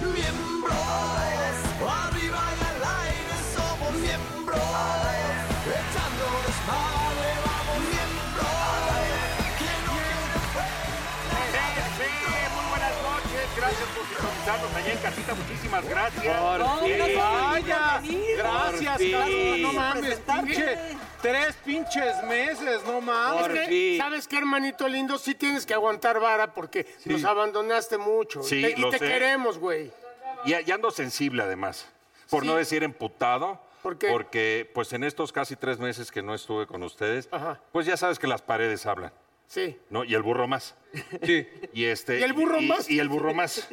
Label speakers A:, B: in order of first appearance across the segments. A: Miembros, arriba y al aire somos miembros, echando desmadre vamos miembros, que no quede
B: Sí, muy buenas noches. Gracias por sintonizarnos allá en casita. Muchísimas gracias.
C: Por
B: No,
C: fin.
B: gracias por
C: Vaya,
B: venir.
C: gracias,
B: Por
C: Carlos,
B: fin.
C: no mames,
B: Presentarme.
C: pinche, tres pinches meses, no mames.
B: Por
D: Es que,
B: fin.
D: ¿sabes qué, hermanito lindo? Sí tienes que aguantar vara porque nos abandonaste mucho.
B: Sí,
D: y te, y
B: lo
D: te
B: sé.
D: queremos, güey.
B: Y, y ando sensible además, por no decir emputado.
D: ¿Por qué?
B: Porque pues en estos casi tres meses que no estuve con ustedes,
D: Ajá.
B: pues ya sabes que las paredes hablan,
D: Sí.
B: ¿no? Y el burro más. Sí. Y este.
D: ¿Y el burro más?
B: Y el burro más.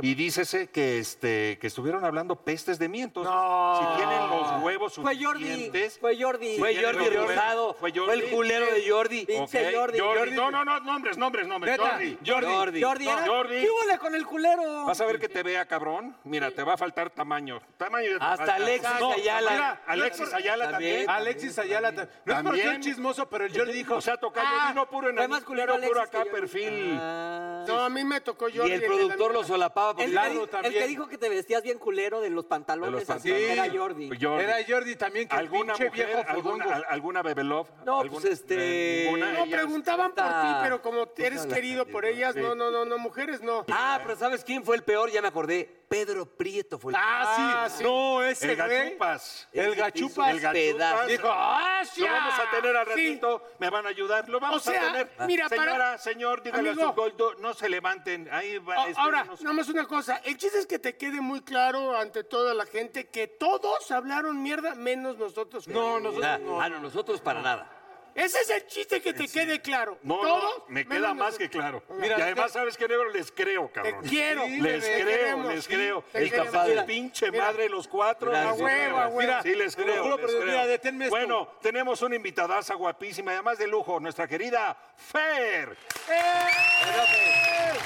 B: Y dícese que este que estuvieron hablando pestes de mí, entonces si tienen los huevos
E: Ah. Fue Jordi,
B: suficientes.
E: fue Jordi.
B: si
E: Fue
B: tienen
E: Jordi
B: los
E: Rosado,
B: huevos- fue
E: fue el
B: Jordi.
E: culero de Jordi.
B: Pinche
E: Ok.
B: Jordi,
E: Jordi.
B: No, no, no, nombres, nombres, nombres.
C: Neta, ¿eh?
B: Jordi.
E: Jordi. Jordi,
B: No,
E: era-
B: Jordi.
E: ¿Qué huele con el culero?
B: Vas a ver que te vea, cabrón. Mira, te va a faltar tamaño. Tamaño de tu
E: Hasta
B: falta.
E: Alexis Ayala.
B: mira, Alexis Ayala también.
C: Alexis Ayala, ta- no es por
B: También.
C: ser chismoso, pero yo le dijo,
B: O sea, tocayo
E: Ah,
B: vino puro en
E: fue más culero
B: vino puro
E: Alexis
B: acá,
E: que yo.
B: perfil.
D: No, a mí me tocó
E: Ah. Y
D: Jordi.
E: el
D: de la
E: productor lo
D: mierda.
E: solapaba por
C: El
E: el,
C: Lalo
E: que, el
C: también.
E: que dijo que te vestías bien culero de los
B: de
E: pantalones,
B: los
E: así,
B: pantalones.
E: era Jordi.
C: era Jordi también, que
B: ¿Alguna
C: pinche
B: mujer,
C: viejo
B: alguna,
C: fodongo.
B: al- alguna Bebelov?
E: No,
B: ¿Alguna- Eh,
E: pues, este,
B: ninguna,
D: No,
B: ellas-
D: preguntaban por ti,
E: Esta-
D: pero como eres
E: Esta-
D: querido por ellas, no, no, no, no, mujeres pues, no.
E: Ah, pero ¿sabes quién fue el peor? Ya me acordé. Pedro Prieto fue el
C: Ah, sí, no, ese
B: El
C: güey.
B: Gachupas.
C: El
E: Gachupas.
C: gachupas.
E: El Gachupas.
C: Dijo, ¡ah,
B: Lo vamos a tener al
D: Sí.
B: ratito, me van a ayudar, lo vamos
D: O sea,
B: a tener.
D: mira, para-
B: Señora, señor, dígale a
D: Amigo.
B: su goldo, no se levanten. Ahí va, este,
D: A- Ahora,
B: espérenos.
D: nada más una cosa. El chiste es que te quede muy claro ante toda la gente que todos hablaron mierda menos nosotros.
C: No, nosotros
E: Ah, ah, no, nosotros para nada.
D: Ese es el chiste que te quede claro.
B: No,
D: todos
B: no, me
D: menos
B: queda más
D: nosotros.
B: que claro.
C: Mira,
B: y además,
C: te-
B: ¿sabes qué, negro? Les creo,
D: Te
B: cabrón.
D: quiero.
C: Sí,
B: Les
D: te
B: creo,
D: queremos,
B: les
D: sí,
B: creo.
D: te
B: Y
E: queremos.
B: capaz de
E: Mira.
B: pinche
D: Mira.
B: madre los cuatro.
E: Gracias. A
B: no,
E: huevo,
B: señora.
D: a huevo.
B: Sí, les
C: Te lo
B: creo.
C: juro,
B: les
C: pero
B: creo.
C: mira, deténme esto.
B: bueno, tenemos una invitadaza guapísima y además de lujo, nuestra querida Fer.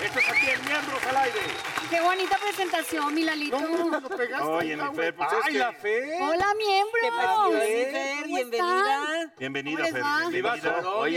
B: Esto es aquí en Miembros al Aire.
F: Qué bonita presentación, mi Lalito.
D: No, lo pegaste.
F: Ah,
B: Oye, mi
D: ahorita,
B: Fer, pues es
C: ¡Ay,
B: que-
C: la fe!
F: Hola, miembros.
E: ¿Qué pasó,
F: ¿Cómo
E: Fer?
F: están?
E: Bienvenida.
B: Bienvenida,
F: ¿Cómo les
B: Fer.
F: va?
B: Bienvenida.
C: Viva
B: Oye,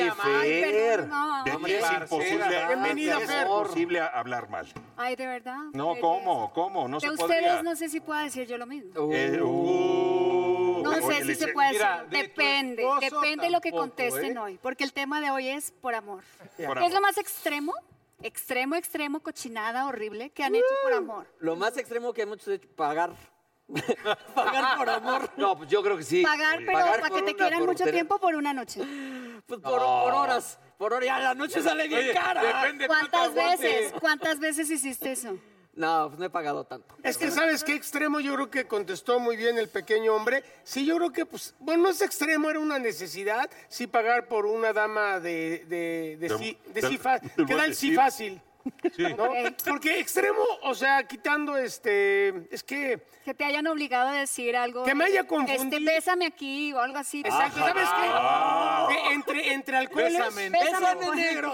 C: Sorolla,
B: Fer.
F: ma.
B: De ti
C: Hombre,
B: es
C: parcera.
B: imposible.
D: Bienvenida,
B: es
D: Fer.
B: imposible hablar mal.
F: Ay, de verdad.
B: No,
F: De-
B: ¿cómo? ¿Cómo? No
F: De
B: se
F: ustedes
B: podría.
F: no sé si pueda decir yo lo mismo.
B: Eh, uh,
F: No
B: oye,
F: sé si
B: le-
F: se puede
C: Mira,
F: hacer.
C: de tu
F: Depende.
C: esposo
F: Depende de lo que
C: tampoco,
F: contesten
C: ¿eh?
F: hoy. Porque el tema de hoy es por amor. ¿Qué
B: Por
F: es
B: amor.
F: lo más extremo? Extremo, extremo, cochinada, horrible que han hecho
B: Uh.
F: por amor.
E: Lo más extremo que hemos hecho, pagar. pagar por amor. No, pues yo creo que sí.
F: Pagar, pero
E: Pagar
F: para
E: por
F: que te
E: una
F: quieran mucho
E: porquería.
F: tiempo por una noche.
E: Pues por, por horas. Por horas. Ya la noche sale bien
C: Oye,
E: cara.
C: depende
F: ¿Cuántas
C: cuánto aguantes.
F: veces? ¿Cuántas veces hiciste eso?
E: No, pues no he pagado tanto.
D: Es que sabes qué extremo yo creo que contestó muy bien el pequeño hombre. Sí, yo creo que, pues, bueno, no es extremo, era una necesidad, sí pagar por una dama de, de, de,
B: De-
D: sí, de
B: de-
D: sí fa-
B: del
D: que da el sí
B: buen decir.
D: fácil. ¿no?
F: Ok.
D: Porque extremo, o sea, quitando este, es que,
F: Que te hayan obligado a decir algo.
D: Que me haya confundido.
F: Este, bésame aquí o algo así.
D: exacto, ¿sabes qué? Que entre, entre alcoholes,
C: Bésame.
F: Bésame,
E: Bésame, negro.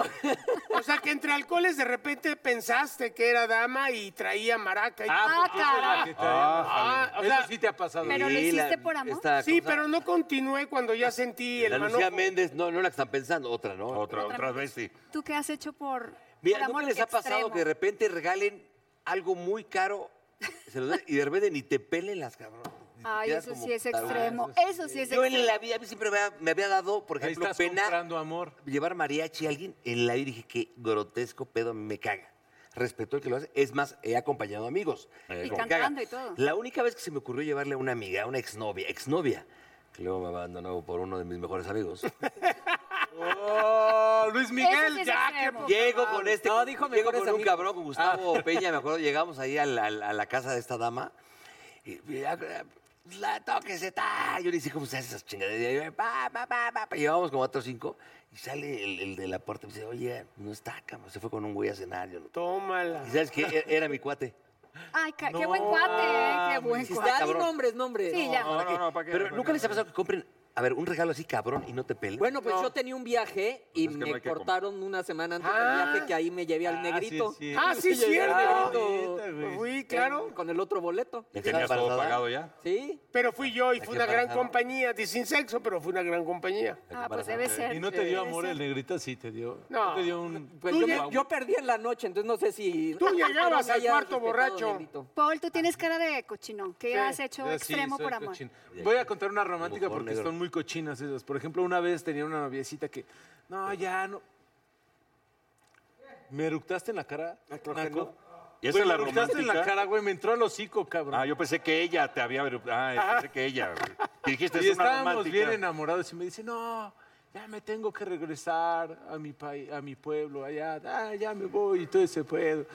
D: o sea, que entre alcoholes de repente pensaste que era dama y traía maraca. Y-
F: Ah, cara.
D: Ah, o sea,
C: Eso sí te ha pasado.
F: Pero lo
E: Sí,
F: hiciste
E: la-
F: por amor.
E: esta
D: Sí,
E: cosa-
D: pero no continué cuando ya sentí el
E: La Lucía
D: manojo.
E: Méndez, no, no la que están pensando, otra, ¿no?
B: Otra, otra vez sí.
F: ¿Tú qué has hecho por,
E: Mira,
F: por
E: ¿nunca
F: amor
E: les ha pasado
F: extremo?
E: que de repente regalen algo muy caro se lo den, y de repente ni te pelen las cabrón?
F: Ay,
E: Quedas
F: eso
E: como
F: sí es
E: tarado.
F: extremo. Eso sí es
E: Yo en
F: extremo.
E: la vida, a mí siempre me, ha- me había dado, por
C: Ahí
E: ejemplo,
C: estás
E: pena
C: comprando amor.
E: llevar mariachi a alguien. En la vida dije, qué grotesco pedo, me caga. respeto al que lo hace. Es más, he acompañado amigos.
F: Y
E: Con que
F: cantando
E: haga.
F: y todo.
E: La única vez que se me ocurrió llevarle a una amiga, a una exnovia, exnovia, que luego me abandonó por uno de mis mejores amigos.
C: Oh, Luis
F: Ese
C: Miguel,
F: sí es
C: ya
F: extremo.
C: que...
E: Llego con este.
G: No, dijo
E: llego
G: mejores
E: con un
G: amigos.
E: cabrón, con
C: Ah.
E: Gustavo Peña, me acuerdo. Llegamos ahí a la, a la casa de esta dama. Y, y ah, ya, la tóquese, ta. Yo le dije, ¿cómo se hacen esas chingaderas? Y yo, pa, pa, pa, pa, pa. Llevamos como cuatro o cinco. Y sale el, el de la puerta y me dice, oye, no está, cabrón. Se fue con un güey a cenar. Yo no-
D: Tómala.
E: Y sabes que era, mi cuate.
F: Ay, ca- Ah, qué buen cuate, ¿eh? qué buen
E: sí
F: cuate.
E: está
G: Ya, di
E: cabrón.
G: nombres, nombres.
F: Sí, ya.
B: No, no, no, ¿para qué?
E: Pero
B: ¿Para
E: nunca
B: qué?
E: les ha pasado que compren, a ver, un regalo así cabrón y no te pelen.
G: Bueno, pues yo tenía un viaje y
B: Pues es que no
G: me
B: hay que
G: cortaron una semana antes del viaje que ahí me llevé al negrito.
D: Ah, sí,
G: Llevé
D: cierto.
G: al negrito
D: Fui,
G: claro,
D: claro.
G: con el otro boleto.
E: ¿Ya
B: ¿Tenías
E: estaba
B: todo
E: embarazada?
B: pagado ya?
G: Sí.
D: Pero fui yo y fue
E: qué
D: una gran
E: embarazada?
D: compañía, di sin sexo, pero fue una gran compañía.
F: Ah, pues debe ser.
C: Y no te dio
F: debe
C: amor
F: ser.
C: el negrito, sí te dio.
D: No.
C: Te dio un...
G: Pues yo,
D: Tú lleg-
G: yo perdí en la noche, entonces no sé si.
D: Tú llegabas
G: Pero me
D: al
G: haya respetado,
D: cuarto borracho.
G: negrito.
F: Paul, tú tienes cara de cochinón, que
C: Sí,
F: has hecho
C: yo sí,
F: extremo
C: soy
F: por amor.
C: cochino. Voy a contar una romántica porque
E: negro.
C: son muy cochinas esas. Por ejemplo, una vez tenía una noviecita que, no, ya no. ¿Me eructaste en la cara? Naco?
B: ¿Y
C: Güey,
B: esa es
C: me
B: la
C: eructaste en la
B: romántica?
C: cara, güey, me entró al hocico, cabrón.
B: Ah, yo pensé que ella te había... abru- Ah, pensé que ella. güey. Y dijiste,
C: y
B: es una
C: estábamos
B: romántica.
C: bien enamorados y me dice, no, ya me tengo que regresar a mi país, a mi pueblo, allá, ah, ya me voy y todo ese pueblo.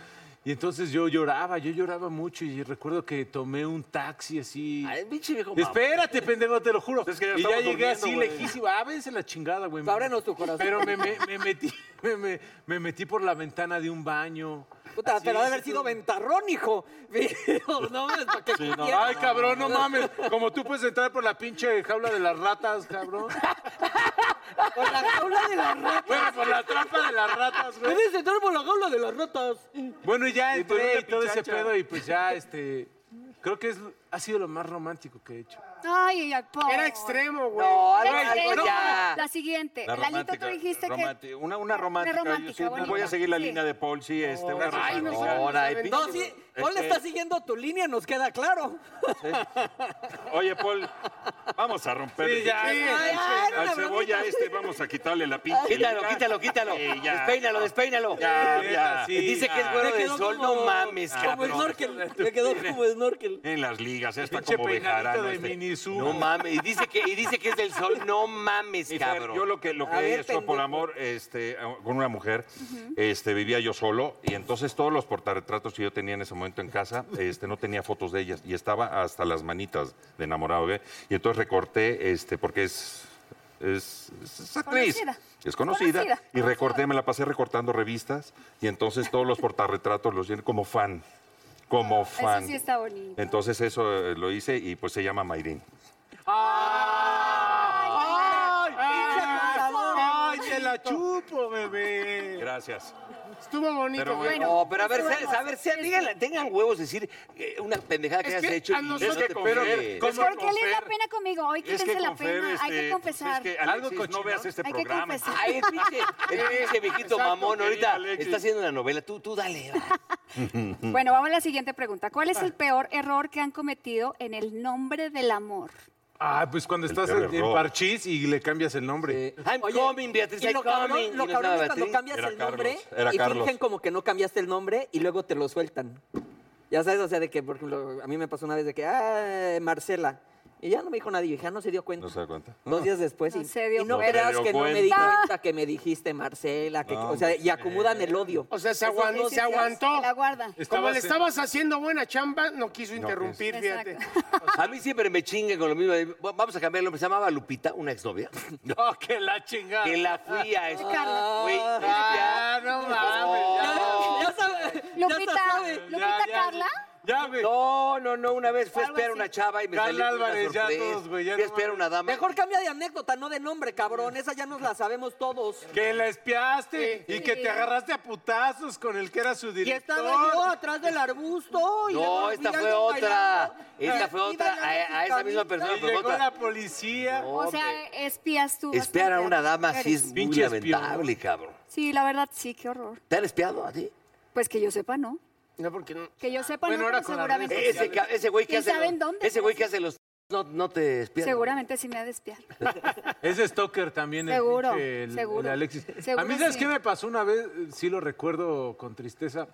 C: Y entonces yo lloraba, yo lloraba mucho y recuerdo que tomé un taxi así.
E: Ay, pinche viejo mamón.
C: Espérate, pendejo, te lo juro.
B: Es que ya
C: y ya
B: estamos
C: llegué
B: durmiendo,
C: así
B: güey.
C: lejísimo. Ah, vence la chingada, güey.
G: Pues ábrenos tu corazón.
C: Pero me, me- me metí, me, me- me metí por la ventana de un baño.
G: Puta,
C: Así,
G: pero ha de haber
C: así
G: sido
C: todo.
G: ventarrón, hijo. Digo, no mames, ¿para qué
C: Sí, no.
G: quieres?
C: Ay, cabrón, no mames. Como tú puedes entrar por la pinche jaula de las ratas, cabrón.
G: Por la jaula de las ratas.
C: Bueno, por la trampa de las ratas, güey.
G: Puedes entrar por la jaula de las ratas.
C: Bueno, y ya
B: Y por
C: entré
B: una
C: y todo ese
B: pichancha.
C: pedo y pues ya, este... Creo que es, ha sido lo más romántico que he hecho.
F: Ay, ay, Paul.
D: Era extremo, güey.
E: No, algo,
F: Era
E: algo
F: extremo.
E: ya.
F: La siguiente. La Lalito, tú dijiste
B: romántica,
F: que...
B: Una, una romántica. yo
F: romántica,
B: sí,
F: bonita.
B: voy a seguir la
F: Sí.
B: línea de Paul, sí. Este, una
D: Ay, no
B: romántica. Este,
D: sabes.
E: Ahora, ay,
D: Saben
G: No,
D: todo.
G: sí, Paul
B: que-
G: está siguiendo tu línea, nos queda claro.
B: Oye, Paul, vamos a romper.
C: Sí, ya,
B: Al-
C: sí.
G: Ay, ay,
B: al
G: una
B: cebolla
G: bromita.
B: este vamos a quitarle la pinche.
E: Quítalo,
B: nuca.
E: quítalo, quítalo.
B: Sí, ya.
E: Despeínalo, despeínalo. Eh,
B: Ya, ya.
C: Neta, sí.
E: Dice que es
G: Le
E: güero del
G: quedó
E: sol,
G: como-
E: no mames,
G: Como
E: cabrón.
G: snorkel, le quedó como snorkel.
B: En las ligas, está
C: Pinche
B: como
C: peinadito
B: bejarano.
C: de
B: este.
C: mini
E: No mames, y dice que, y dice que es del sol, no mames,
B: Y Fer,
E: cabrón.
B: Yo lo que, lo que
G: A
B: he
G: ver,
B: hecho por
G: pendejo.
B: amor este, a- con una mujer, este, vivía yo solo y entonces todos los portarretratos que yo tenía en ese momento en casa, este, no tenía fotos de ellas y estaba hasta las manitas de enamorado. ¿ve? Y entonces recorté, este, porque es... Es, es-
H: Pues,
B: es actriz.
F: Conocida.
B: Es conocida.
F: Conocida,
B: Y recorté,
F: conocida.
B: me la pasé recortando revistas y entonces todos los portarretratos los llené como fan. Como fan.
F: Ah, sí está bonito.
B: Entonces eso eh, lo hice y pues se llama Mayrin.
C: ¡Ay!
G: acosador.
C: ¡Ay, te la chupo, bebé!
B: Gracias.
D: Estuvo bonito,
B: Pero
D: güey.
B: bueno.
E: No, pero a
G: pues
E: ver,
F: Bueno,
E: se- a ver, se-
F: este-
E: díganle- tengan huevos de decir eh, una pendejada que
D: Es
E: hayas
D: que
E: hecho.
D: a
E: y
D: nosotros-
E: no
D: Es
E: te
D: que
E: pele.
B: comer-
E: Es-
F: Pues
B: ¿Cómo
F: porque le la
B: confesar?
F: pena conmigo. Hoy quítense la
B: con Fer,
F: pena. Hay
B: este,
F: que confesar.
B: Es que Alexis,
C: Algo cochino.
B: no veas este
F: Hay que
B: programa.
F: confesar.
E: Ay, Eh. el pinche, el pinche viejito mamón ahorita
B: Alexis.
E: está haciendo una novela. Tú, tú dale. va.
F: Mm. Bueno, vamos a la siguiente pregunta. ¿Cuál es el peor error que han cometido en el nombre del amor?
C: Ah, pues cuando estás
B: peor
C: en, en
B: error.
C: parchís y le cambias el nombre.
E: I'm coming, Beatriz,
G: y
E: I'm
G: lo cabrón,
E: coming.
G: lo
E: Y no
G: cabrón
E: estaba
G: es cuando
E: Beatriz.
G: cambias
B: Era
G: el nombre
B: Carlos, era
G: y
B: Carlos.
G: fingen como que no cambiaste el nombre y luego te lo sueltan. Ya sabes, o sea, de que, por ejemplo, a mí me pasó una vez de que, ah, Marcela. Y ya no me dijo nadie, ya no se dio cuenta.
B: No se da cuenta.
G: Dos días después.
F: No
G: y,
F: se dio
G: y no
F: cuenta.
G: creas
B: No se
G: que
B: dio
G: no me di
F: cuenta.
G: cuenta que me dijiste Marcela. Que, o sea, y acumulan el odio.
D: O sea, se
G: Eso
D: aguantó,
G: sí,
D: se aguantó.
F: La guarda.
C: Estabas
D: Como le
C: en-
D: estabas haciendo buena chamba, no quiso interrumpir, fíjate.
F: pues, Exacto.
E: A mí siempre me chingan con lo mismo. de, "Va- Vamos a cambiar el nombre. Se llamaba Lupita, una exnovia.
C: ¡Oh, que la chingada!
E: Que la fui a esta.
F: Carla.
E: Güey,
C: ¡Ah, no mames!
G: Ya sabes.
F: Lupita,
C: ya.
F: Lupita
C: Ya, ya,
F: Carla.
C: Ya, güey.
E: No, no, no, una vez fui a
F: Algo
E: esperar a
F: así.
E: una chava y me
C: Carla
E: salí con una
C: Álvarez, ya
E: sorpresa.
C: todos, güey, ya
E: Fui a
C: no
E: esperar a una dama.
G: Mejor cambia de anécdota, no de nombre, cabrón. Esa ya nos la sabemos todos.
C: Que la espiaste y que
F: Sí.
C: te agarraste a putazos con el que era su
G: Y
C: director.
G: estaba yo atrás del arbusto. Y luego
E: No,
G: vi
E: esta
G: a
E: fue
G: alguien
E: otra.
G: bailando,
E: Esta
G: y
E: fue
G: vi
E: otra. A,
G: bailando
E: a
G: sin
E: esa misma
G: camisa.
E: persona,
C: Y
E: pero
C: llegó
E: otra.
C: la policía.
E: No,
F: O sea,
E: hombre.
F: espías tú.
E: Espiar a
F: bastante
E: una dama
F: mujeres.
E: sí es muy
C: Pinche espión.
E: lamentable, cabrón.
F: Sí, la verdad, sí, qué horror.
E: ¿Te han espiado a ti?
F: Pues que yo sepa, no.
D: No, porque no.
F: Que yo sepa,
C: Bueno,
F: no,
C: ahora
F: pero
C: con las
F: seguramente.
C: redes
E: Ese, ca- ese güey que
F: ¿Quién
E: hace.
F: sabe
E: los-
F: en dónde?
E: Ese güey que hace los No, no te espías.
F: Seguramente sí me ha de espiar.
C: Es stalker también el
F: Seguro,
C: pinche- el,
F: seguro.
C: el Alexis.
F: Seguro
C: a mí, ¿sabes
F: sí.
C: qué me pasó una vez? Sí lo recuerdo con tristeza.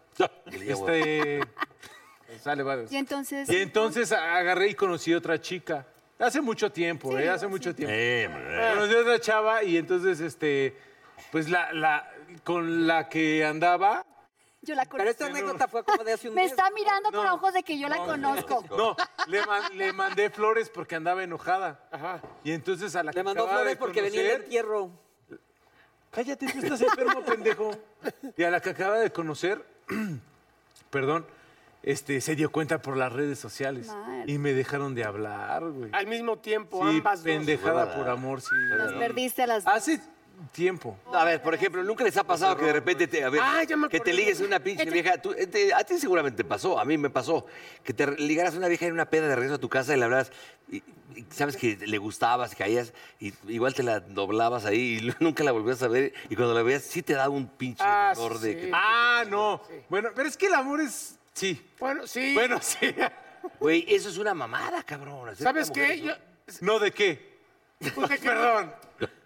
C: Este... Sale, vale.
F: Y entonces.
C: Y entonces agarré y conocí otra chica. Hace mucho tiempo,
F: Sí,
C: ¿eh? Hace
F: sí.
C: mucho tiempo.
E: Eh, hombre.
C: Conocí a otra chava y entonces, este... Pues la, la... Con la que andaba...
F: Yo la
G: Pero
F: conozco.
G: esta anécdota fue como de hace un
F: Me
G: mes.
F: está mirando con
C: No,
F: ojos de que yo la
C: no,
F: conozco.
C: No, le, man- le mandé flores porque andaba enojada.
D: Ajá.
C: Y entonces a la que
G: Le mandó
C: acababa de
G: flores porque venía el
C: conocer-
G: entierro.
C: Cállate, tú estás enfermo, pendejo. Y a la que acaba de conocer, perdón, este, se dio cuenta por las redes sociales.
F: Madre.
C: Y me dejaron de hablar, güey.
D: Al mismo tiempo,
C: Sí,
D: Ah, ambas dos.
C: pendejada por amor, sí.
F: Las perdiste a las
G: Ah,
F: dos.
C: Hace tiempo.
E: A ver, por ejemplo, nunca les ha pasado que de repente te, a ver,
D: Ah, ya me
E: que
D: acordé.
E: te
D: Este
E: ligues a una pinche vieja. Tú, eh, te- a ti seguramente te pasó, a mí me pasó. Que te ligaras a una vieja en una peda de regreso a tu casa y le hablaras. Y, y sabes que le gustabas, caías, y igual te la doblabas ahí y nunca la volvías a ver. Y cuando la veías, sí te da un pinche
D: Ah,
E: dolor de.
D: sí.
E: que-
C: Ah, no. Bueno, pero es que el amor es. Sí.
D: Bueno, sí.
C: Bueno, sí.
E: Güey, eso es una mamada, cabrón. Hacer
D: ¿Sabes
E: una
D: qué?
E: mujer
D: Yo,
E: eso.
C: ¿No de qué?
D: pues, de que-
C: Perdón.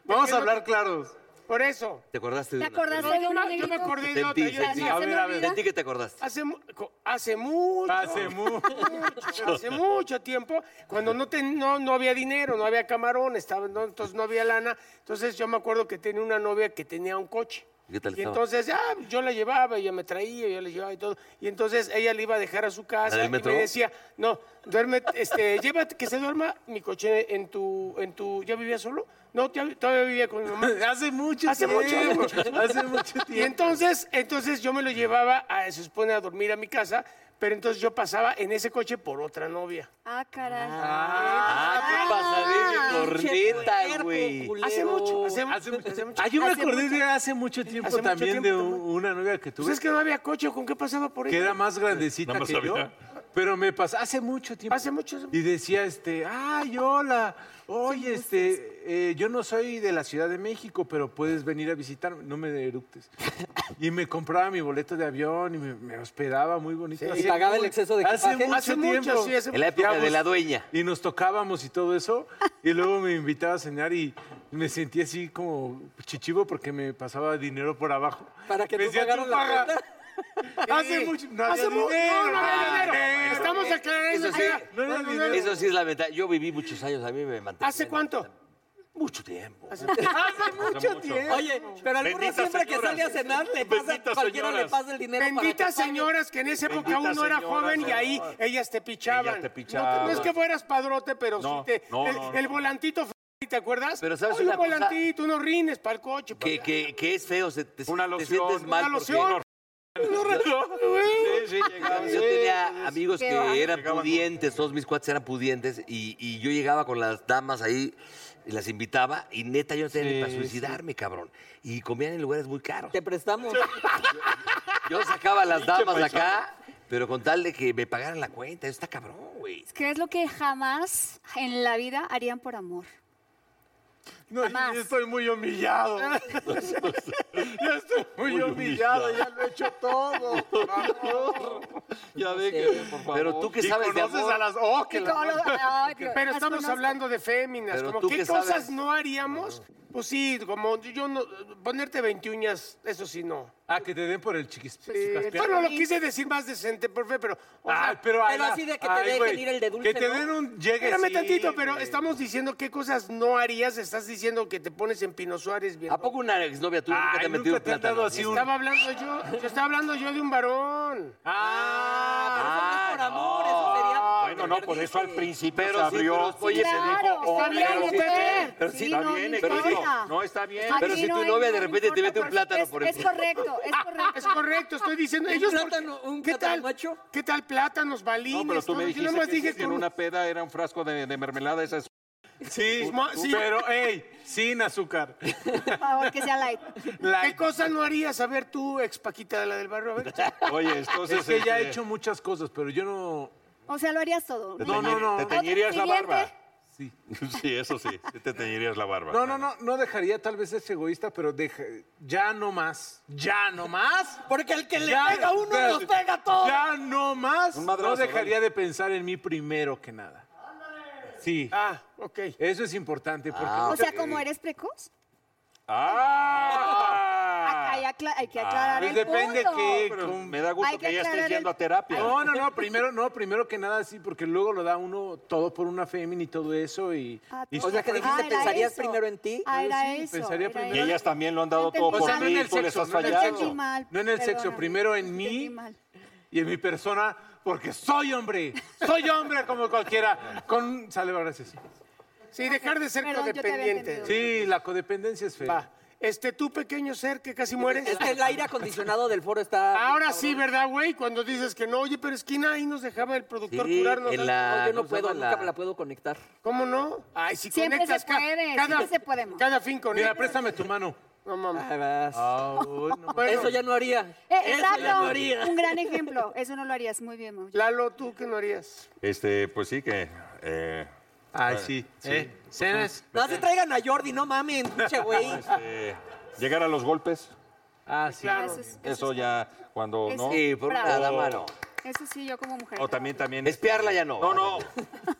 C: Vamos a hablar claros.
D: Por eso.
E: ¿Te acordaste de
F: ¿Te
E: una?
F: acordaste de
D: Yo
F: una
D: me, yo me
F: anécdota?
D: acordé de
E: Sentí,
D: otra. yo-
E: sentí.
F: Ya,
E: A
F: se
C: ver,
F: me
C: a ver.
F: olvida.
E: ¿De ti qué te acordaste?
D: Hace, mu- co- hace mucho.
C: Hace mucho.
D: hace mucho tiempo, cuando no, ten- no, no había dinero, no había camarón, estaba, no, entonces no había lana. Entonces yo me acuerdo que tenía una novia que tenía un coche.
E: ¿Qué tal
D: y
E: estaba?
D: entonces ya yo la llevaba, ella me traía, yo la llevaba y todo. Y entonces ella le iba a dejar a su
E: ¿La
D: casa
E: del
D: y me
E: metro?
D: decía, no, duerme, este, llévate, que se duerma mi coche en tu, en tu, ¿ya vivía solo? No, ya- todavía vivía con mi mamá.
C: Hace mucho
D: Hace
C: tiempo.
D: mucho,
C: Hace mucho tiempo.
D: Y entonces, entonces yo me lo llevaba, a, se supone, a dormir a mi casa, pero entonces yo pasaba en ese coche por otra novia.
F: Ah, caray.
E: Ah, qué
I: ah.
E: pasadilla de corneta, güey.
D: Hace mucho, hace,
C: Hace,
D: mucho. hace mucho.
C: Ah, yo me
F: Hace
C: acordé
F: mucho.
C: de hace mucho tiempo
D: Hace mucho
C: también de
D: tiempo,
C: un- una novia que tuve
D: Pues es que no había coche, ¿con qué pasaba por ahí?
C: que era más grandecita
B: Nada más
C: que
B: había.
C: yo. Pero me pasó hace mucho tiempo.
D: Hace mucho, hace
C: Y decía, este, ay, hola, oye, este, eh, yo no soy de la Ciudad de México, pero puedes venir a visitarme, no me eructes. Y me compraba mi boleto de avión y me, me hospedaba muy bonito.
G: y
C: Hace
G: pagaba el
C: muy-
G: exceso de
C: Hace
G: equipaje.
C: mucho
D: Hace mucho,
C: tiempo.
D: sí, hace
E: En la época
C: Digamos,
E: de la dueña.
C: y nos tocábamos y todo eso. Y luego me invitaba a cenar y me sentía así como chichivo porque me pasaba dinero por abajo.
G: Para que
C: me
G: tú pagaras la
C: paga".
G: cuenta.
C: Hace mucho. No había
D: Hace mu-
C: dinero.
D: no, no había dinero.
I: eh,
C: Ah,
D: Estamos aclarando.
E: Eh, Eso
D: que era-
E: sí.
C: No era
D: no, no,
C: dinero.
E: Eso sí es la ventaja. Yo viví muchos años, a mí me mantenía.
D: ¿Hace cuánto?
E: Mucho tiempo.
C: Hace mucho tiempo.
G: Oye, pero al burro
B: Benditas
G: siempre que
B: señoras.
G: sale a cenar le pasa,
B: Benditas
G: cualquiera le
B: señoras.
G: pasa el dinero. para
D: Benditas
G: que pague.
D: señoras que en esa época
B: Benditas
D: uno era
B: señoras,
D: joven y
B: no.
D: ahí ellas te pichaban.
B: Ellas te
E: este
D: No- No,
B: pichaban.
D: es que fueras padrote, pero
B: No,
D: sí te.
B: no,
D: el,
B: no, no.
D: el volantito, f- ¿te acuerdas?
E: Pero ¿sabes
D: Ay,
E: una
D: un
E: cosa?
D: volantito, unos rines para el coche.
E: Que,
D: para-
E: que, que es feo, se- te,
B: Una
E: te
B: loción,
E: sientes mal.
D: una
E: porque-
D: loción. No, no, güey.
B: Sí, sí, llegaba.
E: Yo tenía amigos
F: Qué
E: que
F: bárbaro.
E: eran
B: Llegaban con-
E: pudientes, todos mis cuates eran pudientes, y, y yo llegaba con las damas ahí y las invitaba, y neta yo no tenía ni para suicidarme, cabrón. Y comían en lugares muy caros.
G: Te prestamos.
E: Yo sacaba a las damas acá, pero con tal de que me pagaran la cuenta, eso está cabrón, güey.
F: ¿Qué es lo que jamás en la vida harían por amor?
C: No,
F: Jamás.
C: yo estoy muy humillado. yo estoy muy, humillado, ya lo he hecho todo.
B: Ya ve
G: que-
E: Pero tú que
C: ¿Y
E: sabes de
C: conoces
E: amor.
C: a las... ¡Oh, que
F: Y
C: la-
F: como lo- ay, Dios,
D: Pero
F: las
D: estamos
F: conozco.
D: hablando de féminas,
E: Pero tú
D: como qué
E: que
D: cosas
E: sabes.
D: no haríamos. Pues sí, como yo no ponerte 20 uñas, eso sí no.
C: Ah, que te den por el chiquis.
D: Eh, bueno, lo quise decir más decente, profe, pero o sea,
C: Ah, pero,
G: Pero así de que te dejen ir el de dulce,
C: Que te
G: ¿no?
C: den un llegue.
D: espérame
C: sí,
D: tantito, pero
C: güey.
D: estamos diciendo qué cosas no harías, estás diciendo que te pones en Pino Suárez bien.
E: ¿A poco una exnovia tuya nunca
C: Ay,
E: te metió
C: nunca
E: un
C: te han
E: plátano?
C: dado así un-
D: Estaba hablando yo, yo estaba hablando yo de un varón.
C: Ah,
G: Ah, por amor, eso sería.
B: Bueno, no, por eso al principio
E: Pero
B: se
E: sí,
B: abrió.
E: pero-
B: oye,
F: claro,
B: se dijo,
F: está
B: hombre,
F: bien,
B: pero-
F: mujer.
E: pero
F: Sí,
E: sí,
F: no,
B: está
F: no
B: bien,
F: me
B: pero
F: importa.
B: no, no, está bien.
F: Aquí
E: Pero si
F: no
E: tu
F: hay-
E: novia de
F: no
E: repente te
F: importa,
E: mete un
F: pero
E: plátano
F: es-
E: por
F: Es
E: el-
F: correcto, es correcto.
D: Ah, Es correcto, estoy diciendo
G: ¿Un
D: ellos
G: plátano- un
D: ¿Qué
G: plátano
D: tal?
G: macho?
D: ¿Qué tal plátanos, balines?
B: No, pero tú
D: todo?
B: me
D: yo
B: dijiste
D: nomás
B: que,
D: dije
B: sí, que en
D: con-
B: una peda era un frasco de, de mermelada. Esa es...
C: sí,
D: ma- sí.
C: pero, hey, sin azúcar.
F: Por favor, que sea light.
D: ¿Qué cosa no harías? A ver tú, ex Paquita de la del barrio, a ver.
B: Oye, entonces...
C: Es que ya he
B: este,
C: hecho muchas cosas, pero yo no...
F: O sea, lo harías todo.
B: Te,
C: No, no,
B: teñir-
C: no.
B: te teñirías la
F: Siguiente.
B: barba.
C: Sí.
B: Sí, eso sí, sí te teñirías la barba.
C: No, no, no, no dejaría, tal vez es egoísta, pero deja, ya no más. ¿Ya no más?
G: Porque el que le
C: Ya-
G: pega a uno nos pega a todos.
C: Ya no más.
B: Un madrazo,
C: no dejaría de pensar en mí primero que nada. Sí.
D: Ah, ok.
C: Eso es importante porque.
E: Ah,
F: O sea,
E: ok.
F: como eres precoz,
C: ¡Ah!
F: acá hay, acla- hay que aclarar
C: Pues
F: el
C: depende
F: punto.
C: qué. con-
B: Me da gusto
F: Hay
B: que,
F: que
B: ya estés
F: aclarar el-
B: yendo a terapia.
C: No, no, no, primero no, primero que nada sí, porque luego lo da uno todo por una fémina y todo eso y...
F: Ah,
C: y-
F: todo.
G: O sea, que dijiste,
F: Ah, era
G: pensarías
F: eso.
G: primero en ti.
F: Ah, era
C: Sí,
F: eso.
C: pensaría
F: era
C: primero.
B: y
F: eso.
B: ellas también lo han dado
F: No
B: todo por
F: entendí
C: o sea,
F: mal.
C: no en
B: ti,
C: el
B: tú les
C: sexo,
B: has
C: no en el
B: fallado.
F: Entendí
C: sexo,
F: mal,
C: no en el sexo,
F: perdóname,
C: primero en
F: entendí
C: mí
F: mal.
C: y en mi persona, porque soy hombre, soy hombre como cualquiera, con... Sale, gracias.
D: Sí, dejar de ser
F: Perdón, yo te había
D: codependiente.
F: entendido.
C: Sí, la codependencia es fea.
D: Va. Este, tú pequeño ser que casi mueres.
G: Es que el aire acondicionado del foro está.
D: Ahora sí, ¿verdad, güey? Cuando dices que no, oye, pero esquina ahí nos dejaba el productor
E: Sí,
D: curarnos.
E: en
D: ¿eh?
E: la-
G: No, yo no
E: ¿cómo se llama?
G: puedo, nunca
E: La-
G: me la puedo conectar.
D: ¿Cómo no? Ay, si
F: Siempre se
D: conectas ca-
F: puede,
D: cada,
F: siempre se podemos.
D: Cada fin
C: Mira,
D: conectas.
C: préstame tu mano.
D: No mames.
G: Ay, vas.
D: Bueno,
G: Eso ya no haría.
F: Eh,
G: Eso ya no haría.
F: exacto, un gran ejemplo. Eso no lo harías muy bien, Mau.
D: Lalo, ¿tú qué no harías?
B: Este, pues sí que... eh, pues
C: Ay, sí. ¿Eh? ¿Cenas?
G: No se traigan a Jordi, no mamen, pinche güey.
B: eh, llegar a los golpes,
C: Ah, sí.
F: Eso, es-
B: eso ya cuando...
F: Eso
B: ¿no?
F: es-
E: Sí, por
F: Bravo.
E: una dama no.
F: eso sí, yo como mujer.
B: O también, también...
E: Espiarla ya no.
B: No, no.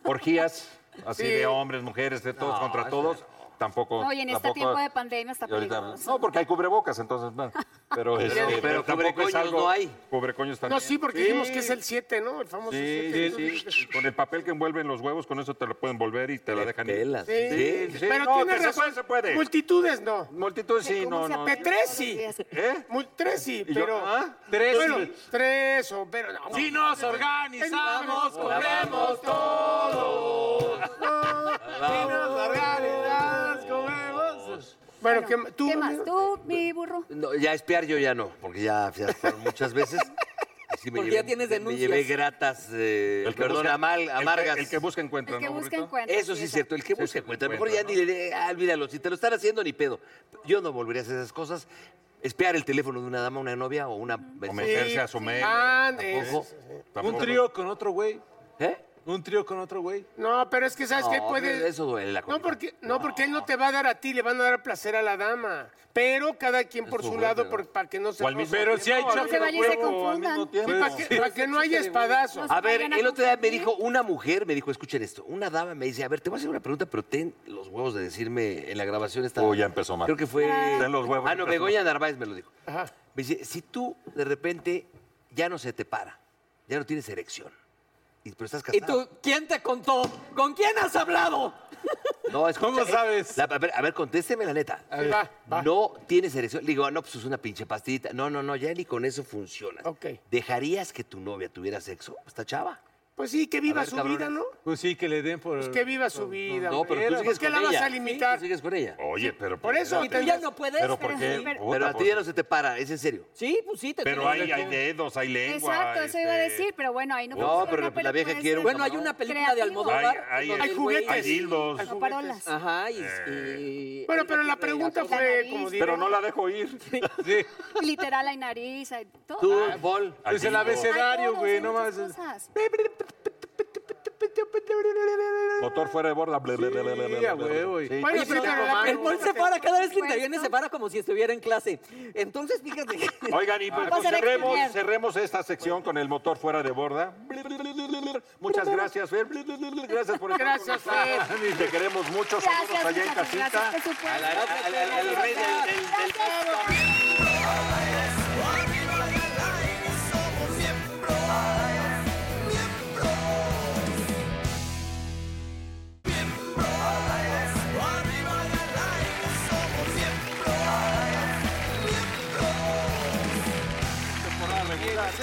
B: Orgías, así
D: Sí.
B: de hombres, mujeres, de todos contra todos. Tampoco.
F: Oye, en este
B: tampoco-
F: tiempo de pandemia está
B: Y ahorita-
F: peligroso.
B: No, porque hay cubrebocas, entonces. bueno, Pero, este,
E: Pero- pero
B: tampoco es
E: cubrecoños
B: algo-
E: no hay.
B: Cubrecoños también.
D: No, sí, porque dijimos que es el 7, ¿no? El famoso 7.
B: Sí, sí, sí. Con el papel que envuelven los huevos, con eso te lo pueden volver y te la dejan. ir.
E: Pelas.
B: Sí, sí,
D: Pero
B: no,
D: tienes
B: que se
D: razón.
B: puede, se puede.
D: Multitudes no.
B: Multitud, sí,
F: ¿Cómo
B: no,
F: se
B: no.
F: aprende
D: Tres
F: todos
D: sí.
F: los días?
B: ¿Eh?
D: Mul- tres sí,
B: Y yo,
D: pero.
B: ¿ah?
C: Tres
D: Bueno,
C: sí.
D: tres, o- pero no.
C: Si nos organizamos, comemos todo. Si nos organizamos, comemos.
D: Bueno, ¿qué, ma- tú,
F: ¿Qué más?
D: amigo?
F: ¿Tú, mi burro?
E: No, ya espiar yo ya no, porque ya, ya fueron muchas veces. Y sí me
G: Porque ya tienes
E: me
G: denuncias.
E: llevé gratas, eh,
B: El que
E: perdón,
B: busca-
E: amal-
B: el que-
E: amargas.
B: El que busca encuentra.
F: El que
B: ¿no,
F: busca
B: burrito?
F: encuentra.
E: Eso sí es cierto, el que busca encuentra. Mejor ya ni le dé, ah, olvídalo. Si te lo están haciendo, ni pedo. Yo no volvería a hacer esas cosas. Espiar el teléfono de una dama, una novia o una...
B: O meterse a su mesa.
D: Ah, eh,
E: Ojo.
C: Un trío con otro güey.
E: ¿Eh?
C: Un trío con otro güey.
D: No, pero es que sabes
E: No,
D: que puedes.
E: pero eso duele la
D: no
E: comida.
D: porque, no, porque él no te va a dar a ti, le van a dar placer a la dama. Pero cada quien por su
E: Eso
D: lado,
E: duele,
D: por- para que no se.
B: O al mismo
C: Pero si hay
F: No
C: choque
F: se
C: de
F: vayan y se
C: huevo al
F: confundan.
C: mismo tiempo.
D: para que, pa' que no haya espadazo.
F: No
E: A ver,
F: vayan a
E: el otro día me
F: confundir.
E: dijo, una mujer me dijo, escuchen esto, una dama me dice, a ver, te voy a hacer una pregunta, pero ten los huevos de decirme en la grabación esta.
B: Oh, ya empezó mal.
E: Creo que fue.
B: Ten los huevos,
E: Ah, no,
B: empezó
E: Begoña Narváez me lo dijo.
D: Ajá.
E: Me dice, si tú de repente ya no se te para, ya no tienes erección, y, pero estás
G: ¿Y
E: casado.
G: tú quién te contó? ¿Con quién has hablado?
E: No, escucha,
C: ¿Cómo
E: eh,
C: sabes?
E: la- a, ver, a ver, contésteme la neta.
D: Sí, va, va.
E: No tienes erección. Le digo, ah, no, pues es una pinche pastillita. No, no, no, ya ni con eso funciona.
D: Ok.
E: ¿Dejarías que tu novia tuviera sexo? Esta chava.
D: Pues sí, que viva
E: ver,
D: su
E: cabrones.
D: vida, ¿no?
C: Pues sí, que le den por.
D: Que viva su vida.
E: No, pero tú
D: güey.
E: sigues
D: ¿Por qué
E: con
D: la vas
E: ella.
D: a limitar?
E: ¿Tú sigues con ella?
B: Oye, pero.
D: Por eso, y
G: Tú ya no puedes.
B: Pero ¿por qué?
F: Pero-
B: Puta,
E: Pero a ti
B: pues,
E: ya no se te para, es en serio.
G: Sí, pues sí, te
B: Pero
G: creo.
B: hay, hay dedos, hay lengua.
F: Exacto, eso iba a
B: este,
F: decir, pero bueno, ahí no
E: No,
F: puede ser
E: pero
F: una
E: pues la vieja
F: película,
E: quiere un
F: puede
G: Bueno, hay
F: ser
G: una película de
F: creativo.
G: Almodóvar.
B: Hay- hay-
G: donde
D: Hay
G: el güey-
D: juguetes. Eh.
B: Hay dildos.
D: Hay
F: No
D: juguetes.
F: parolas.
G: Ajá, y. y-
D: Bueno, pero la pregunta fue,
F: nariz.
D: como diré,
B: Pero no la dejo ir.
C: Sí.
F: Literal, hay nariz, hay todo.
E: Tú, Paul.
C: Es el
B: Al dildo.
F: Hay
C: abecedario,
F: todo,
C: güey,
F: hay
C: no más.
F: muchas cosas.
B: Motor fuera de borda. bla, bla, bla, bla, bla,
C: Sí,
B: bla,
C: a
B: bla.
C: huevo. y-
B: Sí.
D: Bueno,
C: Oye,
D: pero
C: pero
D: la
C: la
G: El Paul se para, cada vez que interviene
F: Supuesto.
G: se para como si estuviera en clase. Entonces, fíjate que. Ah,
B: Oigan, y pues,
F: Vamos a
B: cerremos,
F: reaccionar.
B: cerremos esta sección con el motor fuera de borda. Muchas gracias, Fer. Gracias por estar con
D: Gracias,
B: nosotros. Te queremos mucho. Saludos
F: Gracias,
B: allá en
F: muchas
B: casita.
F: gracias, por supuesto.
E: Al- al- al- al- al rey del- del- del-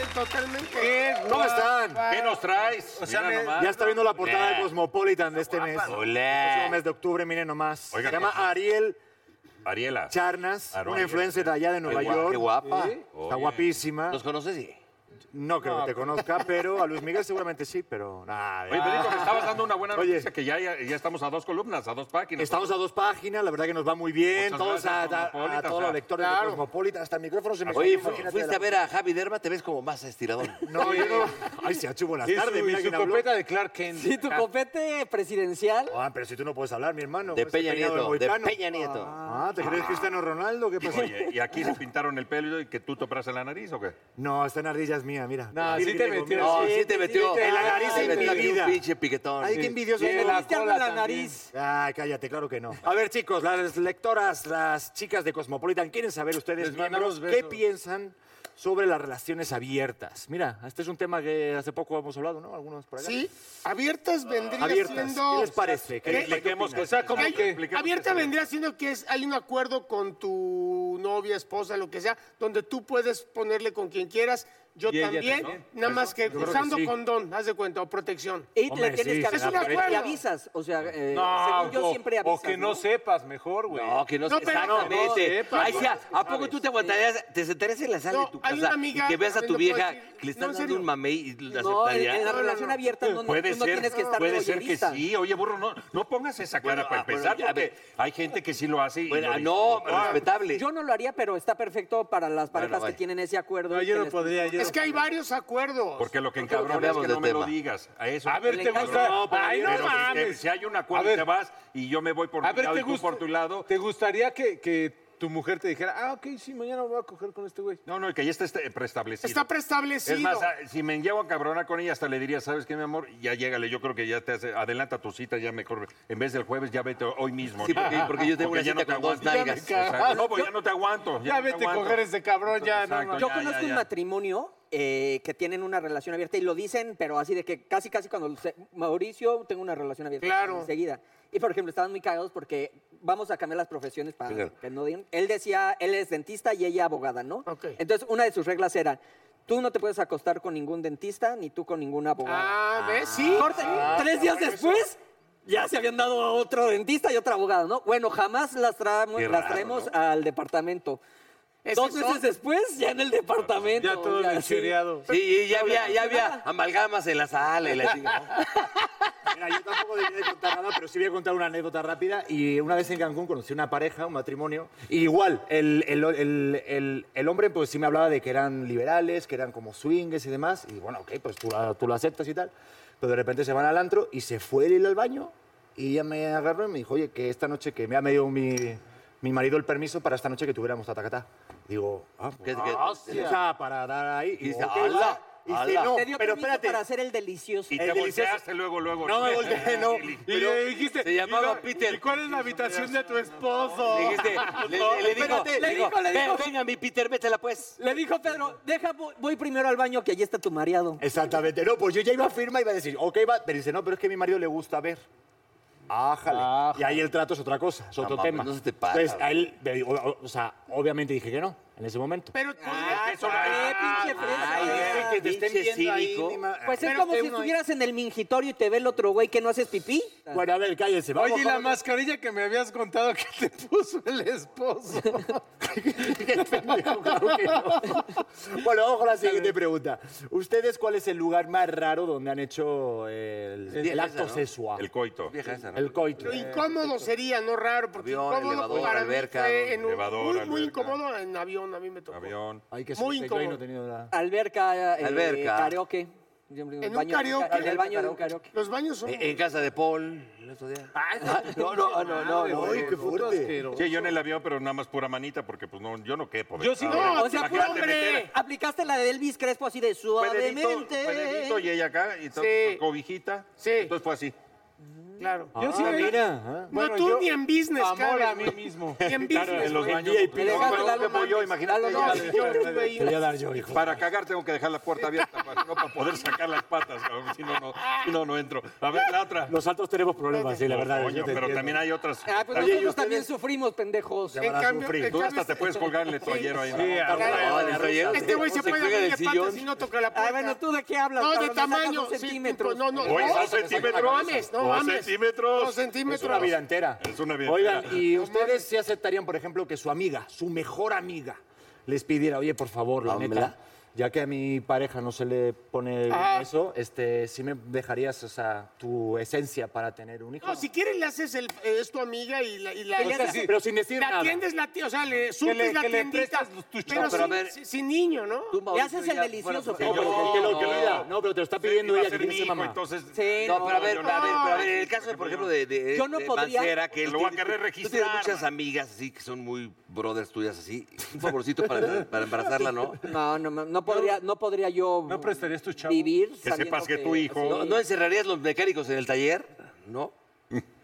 D: es totalmente...
B: ¿Cómo están? ¿Qué nos traes?
E: Ah,
B: Mira nomás.
J: Ya está viendo la portada
B: Nah.
J: de Cosmopolitan de este mes.
B: Olé.
J: Próximo mes de octubre, miren nomás.
B: Oiga,
J: Se llama
B: ¿qué es?
J: Ariel
B: Ariela.
J: Charnas,
B: Ariel.
J: una influencer de allá de Nueva
E: guapa,
J: York.
E: qué guapa.
J: Está
B: Oye.
J: guapísima.
E: ¿Los conoces? Sí. pues.
J: No creo que te conozca, pero a Luis Miguel seguramente sí, pero nada.
B: Oye, Federico, me estabas dando una buena
J: Ah. Oye.
B: noticia que ya, ya, ya estamos a dos columnas, a dos páginas.
J: Estamos a dos páginas, la verdad que nos va muy bien.
B: Muchas
J: Todos a,
B: gracias,
J: a- a
B: Cosmopolitan,
J: todos
B: o sea,
J: los lectores
D: claro.
J: de Cosmopolitan, hasta el micrófono se me
E: Oye,
J: salió,
E: fu-
J: imagínate
E: fuiste
J: la-
E: a ver a Javi Derma, te ves como más estiradón.
J: No, yo no. Ay, se hace buenas
C: Y
J: tardes,
C: su,
J: mira
C: y su
J: quién habló.
C: copeta de Clark Kent.
G: Sí,
B: Ah.
G: tu copete presidencial.
J: Ah, pero si tú no puedes hablar, mi hermano.
E: De
J: Ese
E: Peña
J: peinado
E: Nieto, de
J: moicano.
E: Peña Nieto.
J: Ah, ¿te crees Cristiano Ronaldo? ¿Qué pasó?
B: Oye, ¿y aquí se pintaron el pelo y que tú te operaste la nariz o qué?
J: No, están ardillas mía, mira.
C: No, Ah, sí te
J: Mira,
C: metieron.
J: mira,
E: No,
C: sí,
E: sí te metió.
J: en la
E: sí
J: nariz
E: te
J: en
E: metió
J: mi
E: aquí un
J: vida.
E: pinche piquetón.
J: Ay, qué envidioso.
G: Le
J: La
G: metiste algo
J: cola
G: en la
J: también.
G: nariz.
J: Ay, cállate, claro que no. A ver, chicos, las lectoras, las chicas de Cosmopolitan, quieren saber ustedes,
C: Les mandamos
J: miembros, qué
C: besos.
J: piensan sobre las relaciones abiertas. Mira, este es un tema que hace poco hemos hablado, ¿no? Algunos por allá.
D: Sí, abiertas vendría
J: Abiertas.
D: siendo... Eh,
J: ¿Qué les parece?
D: ¿Qué?
J: expliquemos
C: O sea, como
D: Hay-
C: que...
D: abierta vendría siendo que es, hay un acuerdo con tu novia, esposa, lo que sea, donde tú puedes ponerle con quien quieras, yo
C: Y ella
D: también,
C: también.
D: nada más que
J: creo que
D: usando
J: sí.
D: condón, haz de cuenta, o protección.
G: Y
J: Hombre,
G: le tienes
J: sí,
G: que
J: es un
G: avisar. y
D: acuerdo.
G: avisas. O sea, eh,
C: No,
G: según yo
C: o-
G: siempre
C: o
G: avisas.
C: que no sepas mejor, güey.
E: No, que no,
D: No,
E: se
D: pero-
C: no,
E: exactamente.
C: sepa,
E: Ay, sí, ¿a-
C: güey,
E: ¿a poco tú te aguantarías, te sentarías en la sala
D: No,
E: de tu
D: hay
E: casa
D: una amiga-
E: y que veas a
D: a ver,
E: tu
D: ¿le puedo
E: vieja
D: decir?
E: que le
D: No,
E: están
D: en
E: dando
D: serio.
E: un mamey y la
G: No, en, en
E: aceptaría?
G: la
D: No, no,
G: relación
D: no.
G: abierta no, no,
B: puede
G: tú no
B: ser,
G: tienes que estar
B: puede ser que
G: voyerista.
B: sí. Oye, burro, no, no pongas esa cara
E: Bueno,
B: para
E: ah, bueno,
B: empezar,
E: ya, a
B: porque
E: ver.
B: hay gente que sí lo hace y
E: Bueno,
B: lo
E: ah, no,
B: disfruta.
E: pero respetable.
G: Yo no lo haría, pero está perfecto para las parejas
E: vale.
G: que tienen ese acuerdo.
C: No,
G: y
C: yo
G: que
C: no
G: les-
C: podría. yo
D: Es
C: no
D: que hay
C: podría.
D: varios acuerdos.
B: Porque lo que encabrona es
E: cambiamos
B: que
E: de
B: no me lo
E: tema?
B: digas. A eso.
C: A ver,
G: Le
C: ¿te
G: encanta-
C: gusta?
G: No,
C: Ay, no
B: Pero si- eh,
C: mames.
B: Si hay un
C: A
B: acuerdo,
C: ver.
B: te vas y yo me voy por
C: A
B: mi
C: ver,
B: lado
C: ¿te,
B: y tú
C: gust-
B: por tu lado.
C: ¿te gustaría que, que tu mujer te dijera, ah, ok, sí, mañana me voy a coger con este güey?
B: No, no, el que ya está este- preestablecido.
D: Está preestablecido.
B: Es más, ah, si me llevo a cabrona con ella, hasta le diría, ¿sabes qué, mi amor? Ya llégale, yo creo que ya te hace, adelanta tu cita, ya mejor, en vez del jueves, ya vete hoy mismo.
E: Sí,
B: ¿no?
E: porque- porque yo tengo una cita
B: ya no te
E: con dos
B: aguanto. Ya me
E: nalgas.
B: cagas. No, pues ya no te aguanto.
C: Ya
B: no te
C: vete a
B: aguanto.
C: coger ese cabrón, ya, no,
B: Exacto,
C: no.
G: Yo
B: ya,
G: conozco
B: ya,
G: un
B: ya.
G: matrimonio eh, que tienen una relación abierta y lo dicen, pero así de que casi, casi cuando se- Mauricio, tengo una relación abierta.
D: Claro.
G: Enseguida. Y por ejemplo, estaban muy cagados porque vamos a cambiar las profesiones para
E: Claro.
G: que no digan. Él decía, él es dentista y ella abogada, ¿no?
D: Ok.
G: Entonces, una de sus reglas era. Tú no te puedes acostar con ningún dentista ni tú con ningún abogado.
D: Ah, ¿ves? Sí.
G: Corte, tres días después ya se habían dado a otro dentista y otro abogado, ¿no? Bueno, jamás las, traemos,
B: Qué
G: las
B: raro,
G: traemos
B: ¿no?
G: al departamento.
D: Es
G: Dos
D: que son-
G: meses después, ya en el departamento.
C: Ya todo
G: ya, sí.
C: lechereado.
E: Sí, y ya había, ya había amalgamas en la sala y la chica.
J: Mira, yo tampoco debería de contar nada, pero sí voy a contar una anécdota rápida. Y una vez en Cancún conocí una pareja, un matrimonio. Y igual, el, el- el- el- el hombre pues sí me hablaba de que eran liberales, que eran como swingers y demás. Y bueno, ok, pues tú, la- tú lo aceptas y tal. Pero de repente se van al antro y se fue él al baño. Y ella me agarró y me dijo, oye, que esta noche que me ha medio mi, mi marido el permiso para esta noche que tuviéramos tatacatá. Digo, ah,
E: Que- que-
J: o sea, para dar ahí.
E: Dice,
J: ok,
E: "Ala,
J: va". Y dice,
E: ala.
J: no,
G: Te dio
J: pero
G: permiso
J: espérate.
G: para hacer el delicioso.
B: Y
J: El
B: te
J: delicioso-
B: volteaste luego, luego.
J: No me volteé, no.
C: Y le dijiste,
E: se llamaba
C: ¿y no-
E: Peter.
C: ¿Y cuál es la habitación de tu esposo?
E: Le, dijiste- le- le- le dijo,
G: Espérate, le
E: le dijo,
G: dijo, le
E: "Ven,
G: dijo".
E: venga, mi Peter, vétela pues.
G: Le dijo Pedro, deja, voy- voy primero al baño que allí está tu mareado.
J: Exactamente. No, pues yo ya iba a firma y iba a decir, ok, va. Pero dice, no, pero es que a mi marido le gusta ver. Ájale. Y ahí el trato es otra cosa, es otro
E: mames,
J: tema.
E: no se te para,
J: Entonces,
E: güey.
J: a él, me dijo, o, o sea, obviamente dije que no, en ese momento.
D: Pero podría-
B: Eso no-
G: ¡Qué pinche fresa!
E: Ay,
J: Ay, que te estén
E: pinche
J: viendo ahí,
E: cínico.
J: ni ma-
G: pues es
D: pero
G: como
D: que
G: si
D: uno-
G: estuvieras en el mingitorio y te ve el otro güey que no haces pipí.
J: Bueno, a ver, cállense. Vamos,
C: Oye, ¿y la
J: vamos.
C: mascarilla que me habías contado que te puso el esposo?
J: Qué pendejo, claro que no. Bueno, vamos con la siguiente pregunta. ¿Ustedes cuál es el lugar más raro donde han hecho el, el acto sexual?
B: El coito.
E: Vieja esa, ¿no?
J: El coito.
D: Lo incómodo sería, no raro, porque
E: Avión,
D: incómodo
E: elevador,
D: para mí
E: alberca,
D: fue en un-
B: elevador,
D: muy, muy
B: alberca.
D: incómodo en avión, a mí me tocó.
B: Avión.
J: Ay, qué
D: Muy
J: suerte, yo ahí
D: incómodo.
J: no he tenido nada.
G: Alberca, eh,
E: Alberca.
G: karaoke. En
D: un karaoke.
G: En el baño de un karaoke.
D: Los baños son...
E: En, en casa de Paul, el otro día.
G: No, no, no, no. no.
E: eh,
J: Ay, qué fuerte.
B: Sí, yo en el avión, pero nada más pura manita, porque pues no, yo no quepo.
C: Yo sí
B: Ah,
C: me-
B: bueno.
G: O sea, puro
B: Imagínate meter
G: hombre. Aplicaste la de Elvis Crespo así de
B: fue dedito,
G: suavemente.
B: fue dedito y ella acá, y entonces,
D: Sí.
B: cobijita.
D: Sí.
B: Entonces fue así.
D: Claro. ¿eh?
C: Yo sí
J: Ah,
C: me-
J: mira.
D: no,
C: Bueno,
D: tú
C: yo-
D: ni en business,
C: Amor
D: cabes,
C: a mí
D: güey.
C: mismo.
D: Ni en business.
B: en los
D: güey.
B: baños.
J: VIP.
B: pues, no,
G: Elegante,
B: pero
G: Lalo
B: ¿qué voy yo?
G: Mames.
B: Imagínate.
G: Lalo
D: No,
B: ya-
D: yo no
J: Te voy
D: veía.
J: a dar yo, hijo.
B: Para cagar tengo que dejar la puerta abierta, para, no para poder sacar las patas, cabrón, si no, no, si no, no entro. A ver, la otra.
J: Los altos tenemos problemas, sí, la verdad.
B: Coño,
J: yo te
B: pero
J: entiendo.
B: también hay otras.
G: Ah, pues
J: Oye, ¿y
G: nosotros también
J: ustedes?
G: sufrimos, pendejos.
J: van a sufrir.
D: en
B: Tú hasta
D: este-
B: te puedes colgar el toallero ahí. ¿no?
C: a-
E: No,
D: Claro.
E: el relleno.
D: Este güey se
E: Se
D: puede
E: cuelga
D: abrir
E: del
D: de patas
E: sillón.
D: y no toca la puerta.
G: Ah, bueno, ¿tú de qué hablas?
D: No, de
G: cabrón? Me sacas
D: tamaño.
G: dos
D: sí, tú-
G: centímetros.
D: no, no,
B: Oye,
D: no.
B: dos centímetros.
D: No mames, no
B: Dos
D: mames.
B: centímetros.
D: Dos
J: Es una
D: centímetros.
J: vida entera.
B: Es una vida
J: Oigan,
B: entera.
J: ¿y ustedes sí aceptarían, por ejemplo, que su amiga, su mejor amiga, les pidiera, oye, por favor, la
E: Dámela.
J: neta, ya que a mi pareja no se le pone eso, este, sí me dejarías, o sea, tu esencia para tener un hijo?
D: No, si quieres le haces el, eh, es tu amiga y la, y la-
J: O sea, sí, pero sin decir
D: la
J: nada.
D: atiendes la tienda, o sea, le suples
C: le-
D: la
C: que le
D: tiendita,
C: prestas tus
D: pero,
C: chones.
E: Pero a
D: sin,
E: ver-
D: sin- sin niño, ¿no?
E: Tú, Mauricio,
G: haces el
E: ya
G: delicioso,
E: fuera-
J: No, pero es el que lo
B: No.
J: pida. No, pero te lo está pidiendo
B: Iba a
J: ella
B: ser
J: que
B: mi
J: dice
B: hijo,
J: mamá.
B: entonces...
G: Sí,
E: No, pero a ver,
B: yo
E: pero a ver,
B: no.
E: pero a ver, en el caso, por ejemplo, de, de,
G: Yo no
E: de
G: podría-
E: Mancera, que él
B: Lo voy a
E: tiene-
B: querer
E: Tú tienes
B: registrar,
E: muchas
B: man.
E: amigas así que son muy brothers tuyas así. Un favorcito para, para embarazarla, ¿no?
G: No, no, no, no podría, no podría yo vivir.
E: Que
G: sabiendo
E: sepas que tu hijo-
G: así-
E: ¿No- no encerrarías los mecánicos en el taller? No.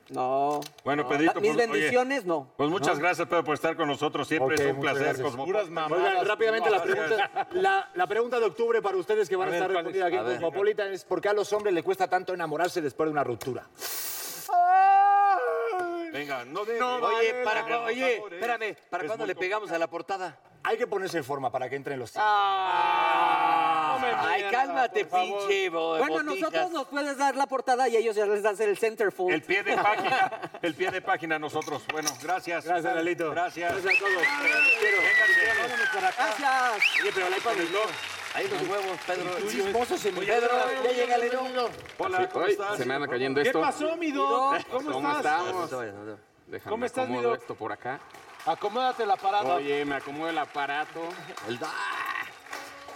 G: No.
B: Bueno,
G: No,
B: Pedrito.
G: la- mis
B: pues, oye,
G: bendiciones, no.
B: Pues muchas
G: No.
B: gracias, Pedro, por estar con nosotros. Siempre
J: Ok,
B: es un
J: muchas
B: placer.
J: gracias.
B: Cosmo-
J: Puras mamadas. Oigan, rápidamente la pregunta- La, la pregunta de octubre para ustedes que van a,
B: A ver,
J: estar
B: ¿cuál es?
J: respondida aquí
B: A
J: en
B: ver.
J: Cosmopolitan es ¿por qué a los hombres le cuesta tanto enamorarse después de una ruptura?
B: Venga, no
E: Oye,
J: vale
E: para,
J: la- por favor,
E: oye,
J: eh.
E: espérame, ¿para
J: Es
E: cuándo
J: muy
E: le pegamos a la portada?
J: Hay que ponerse en forma para que entren los tiempos.
E: Ay, cálmate, pinche bo-
G: Bueno, a
E: botijas.
G: nosotros nos puedes dar la portada y a ellos ya les das el centerfold.
B: El pie de página, el pie de página nosotros. Bueno, gracias. Gracias, Lalito. Gracias. Gracias a todos.
G: Gracias.
E: Oye, pero la iPad del blog. Ahí los huevos, Pedro.
J: Chismoso se me-
E: Pedro, ya llegale, ¿no?
B: Hola, ¿cómo
H: Ay,
B: estás?
H: se me anda cayendo esto.
C: mi Doc?
H: ¿Cómo
E: No
H: estamos?
E: te vayas, no te vayas.
H: Déjame
C: ¿Cómo estás, mi
H: acomodo
C: doc?
H: esto por acá.
C: Acomódate la parada.
H: Oye, me acomodo el aparato.
E: El da-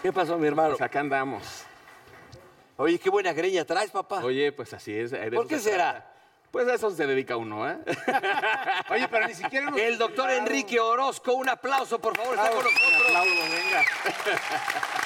E: ¿Qué pasó, mi hermano?
H: Pues acá andamos.
E: Oye, qué buena greña traes, papá.
H: Oye, pues así es. de
E: ¿Por
H: eso
E: qué
H: se
E: será?
H: trata. Pues a eso se dedica uno, ¿eh?
D: Oye, pero ni siquiera nos
E: El doctor Enrique Orozco, un aplauso, por favor, está con nosotros.
H: Aplaudo, venga.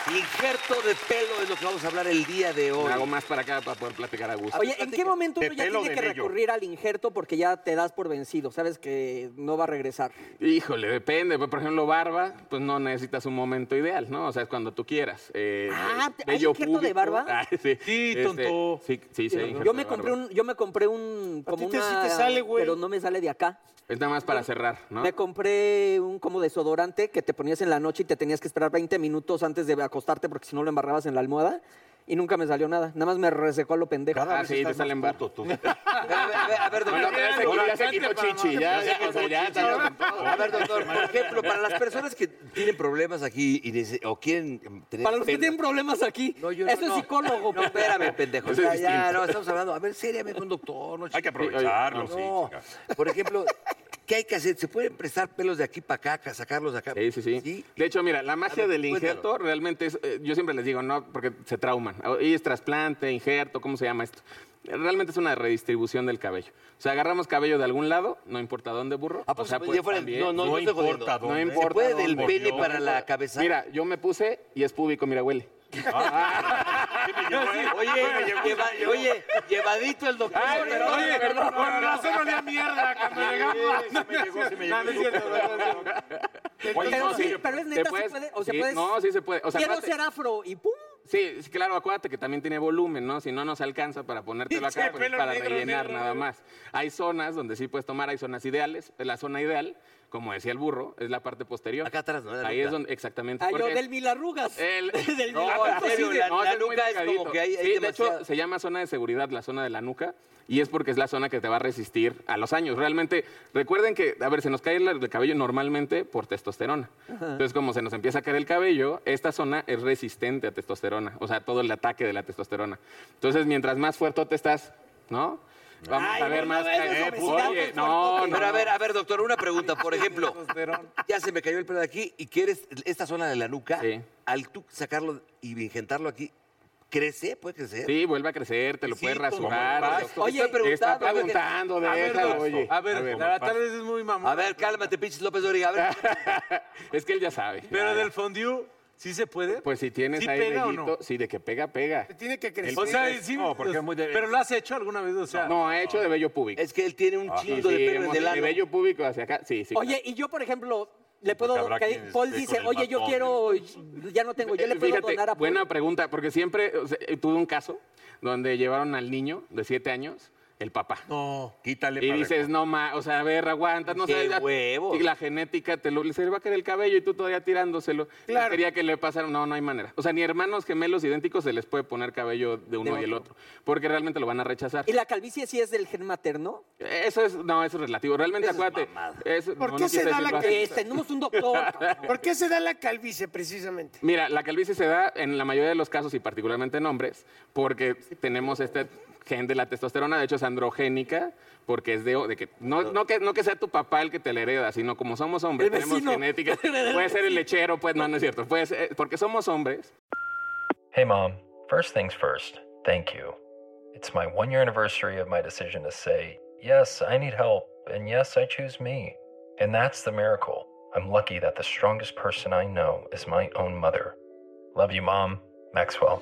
E: Injerto de pelo es lo que vamos a hablar el día de
H: Me hago
E: hoy.
H: más para acá para poder platicar a gusto.
G: Oye, ¿en qué momento
B: De
G: uno ya
B: pelo
G: tiene
B: de
G: que
B: mello.
G: recurrir al injerto porque ya te das por vencido? Sabes que no va a regresar.
H: Híjole, depende. Por ejemplo, barba, pues no necesitas un momento ideal, ¿no? O sea, es cuando tú quieras. Eh,
G: Ah, ¿hay
H: vello
G: injerto de
H: púbico.
G: barba?
H: Ah, sí.
C: Sí, tonto.
H: Sí, sí, sí, hay injerto
G: Yo me
H: de
G: compré
H: barba.
G: un, yo me compré un como
D: ti te- sí
G: una,
D: te sale, güey.
G: pero no me sale de acá.
H: Es nada más para cerrar, ¿no?
G: Me compré un como desodorante que te ponías en la noche y te tenías que esperar 20 minutos antes de acostarte porque si no lo embarrabas en la almohada y nunca me salió nada. Nada más me resecó a lo pendejo.
H: Ah, sí, te salen barba.
E: A ver, a ver, a ver,
H: No, la
E: doctor.
H: otra vez se- ya se quitó chichi, ya, ya, o sea, ya, ya,
E: A ver, doctor, por ejemplo, para las personas que tienen problemas aquí y nece- o quieren tener.
G: Para los que
E: pelo-
G: tienen problemas aquí,
E: No, yo no,
G: eso es
E: no.
G: psicólogo.
E: No, espérame, pendejo.
H: Eso es
E: Ya, ya,
H: distinto.
E: no, estamos hablando. A ver, seriamente, un doctor. No,
B: Hay que
E: chingues.
B: aprovecharlo, sí.
E: No,
B: chica.
E: por ejemplo, ¿qué hay que hacer? ¿Se pueden prestar pelos de aquí para acá, sacarlos de acá?
H: Sí, sí, sí, De hecho, mira, la magia
E: ver,
H: del
E: cuéntalo.
H: injerto realmente es, eh, yo siempre les digo, no, porque se trauman. Y es trasplante, injerto, ¿cómo se llama esto? Realmente es una redistribución del cabello. O sea, agarramos cabello de algún lado, no importa dónde, burro.
E: Ah, pues,
H: o sea,
E: pues, ya fuera-
H: también-
E: no, no, no, estoy jodiendo.
B: importa dónde.
H: No
E: ¿Se
H: importa
E: puede del
H: dónde.
E: pene
B: Yo-
E: para la cabeza?
H: Mira, yo me puse y es púbico, mira, huele.
E: Oye, lleva- oye, llevadito el doctor.
H: perdón,
E: oye,
H: perdón,
C: Con razón olía mierda cuando llegamos.
B: Sí, me llegó, sí me llegó.
C: No, no es cierto, no, no, no.
H: Oye,
G: Pero
H: no,
G: sí,
H: sí,
G: pero es
H: te
G: neta, se
H: puedes-
G: puede. O sea,
H: sí,
G: puedes.
H: no, sí se puede. O sea,
G: quiero
H: acuérdate-
G: ser afro y pum.
H: Sí, sí, claro, acuérdate que también tiene volumen, ¿no? Si no nos alcanza para ponértelo acá,
C: Pinche
H: pues,
C: pelo
H: para
C: negro,
H: rellenar
C: negro,
H: nada
C: negro.
H: más. Hay zonas donde sí puedes tomar, hay zonas ideales. La zona ideal, como decía el burro, es la parte posterior.
E: Acá atrás, ¿no? De la
H: Ahí
E: nuca.
H: es donde, exactamente.
G: Ah, yo
H: porque
G: del mil arrugas.
H: el-
G: del
E: No,
G: mil
E: en
G: arrugas.
E: serio,
H: sí,
E: la-
H: no,
E: la
H: es muy
E: nuca es como
H: delgadito.
E: que hay- hay
H: Sí, de
E: demasiado-
H: hecho, se llama zona de seguridad, la zona de la nuca, y es porque es la zona que te va a resistir a los años. Realmente, recuerden que, a ver, se nos cae el, el cabello normalmente por testosterona.
E: Ah.
H: Entonces, como se nos empieza a caer el cabello, esta zona es resistente a testosterona, o sea, todo el ataque de la testosterona. Entonces, mientras más fuerte te estás, ¿no? Vamos a ver más. ca-
B: obesidad,
H: Oye, no, no,
E: Pero a
H: no.
E: ver, a ver, doctor, una pregunta. Por ejemplo, ya se me cayó el pelo de aquí y quieres esta zona de la nuca,
H: Sí.
E: al tú sacarlo y ingentarlo aquí, ¿crece? ¿Puede crecer?
H: Sí, vuelve a crecer, te lo
E: Sí,
H: puedes
E: como
H: rasurar.
E: el
H: o sea,
E: pasto. Oye,
H: está
E: preguntando, oye.
H: preguntando,
C: A ver,
H: déjalo,
C: Doc,
H: oye.
C: a ver, la tarde es muy mamón.
E: A ver, cálmate, pinches López Doriga. A ver,
H: es que él ya sabe.
C: Pero del fondue, ¿sí se puede?
H: Pues si tienes
C: ¿Sí
H: ahí
C: pega o
H: vellito,
C: no?
H: sí, de que pega, pega.
D: tiene que crecer.
C: O sea, sí,
B: No, porque es muy de-
C: pero lo has hecho alguna vez, o sea.
H: No, ha hecho de vello púbico.
E: es que él tiene un
H: Ah, Sí,
E: chingo de pelo en
H: hemos-
E: el
H: de
E: ano.
H: vello púbico hacia acá, sí, sí.
G: Oye, y yo, por ejemplo, le
B: Porque
G: puedo.
B: habrá
G: que-
B: quien
G: Paul
B: esté
G: dice,
B: con el
G: oye, yo
B: batón,
G: quiero. Ya no tengo, Pues yo le
H: Eh,
G: puedo
H: fíjate,
G: donar a Paul.
H: buena pregunta, porque siempre o sea, eh, tuve un caso donde llevaron al niño de siete años, el papá.
C: No.
B: Quítale
H: Y
B: para-
H: dices, no ma, o sea, a ver, aguanta, no
E: ¡Qué
H: sé. ya-
E: huevos!
H: Y la genética te lo, se le va a caer el cabello y tú todavía tirándoselo. Claro. Quería que le pasara, no, no hay manera. O sea, ni hermanos gemelos idénticos se les puede poner cabello de uno y el otro, porque realmente lo van a rechazar.
G: ¿Y la calvicie sí es del gen materno?
H: Eso es, no, eso es relativo. Realmente,
E: Eso es
H: acuérdate.
E: mamada.
H: eso-
D: ¿Por
H: no,
D: qué
H: no
D: se
H: quise
D: da la
H: decirlo así.
G: Eh, tenemos un doctor. cabrón.
D: ¿Por qué se da la calvicie precisamente?
H: Mira, la calvicie se da en la mayoría de los casos y particularmente en hombres, porque tenemos este gen de la testosterona, de hecho es androgénica, porque es de, de que no, no que no que sea tu papá el que te la hereda, sino como somos hombres,
G: El
H: tenemos
G: vecino.
H: genética. Puede ser el lechero, pues no, no es cierto. Puede ser- porque somos hombres,
K: Hey, Mom. First things first, thank you. It's my one year anniversary of my decision to say, yes, I need help, and yes, I choose me. And that's the miracle. I'm lucky that the strongest person I know is my own mother. Love you, Mom. Maxwell.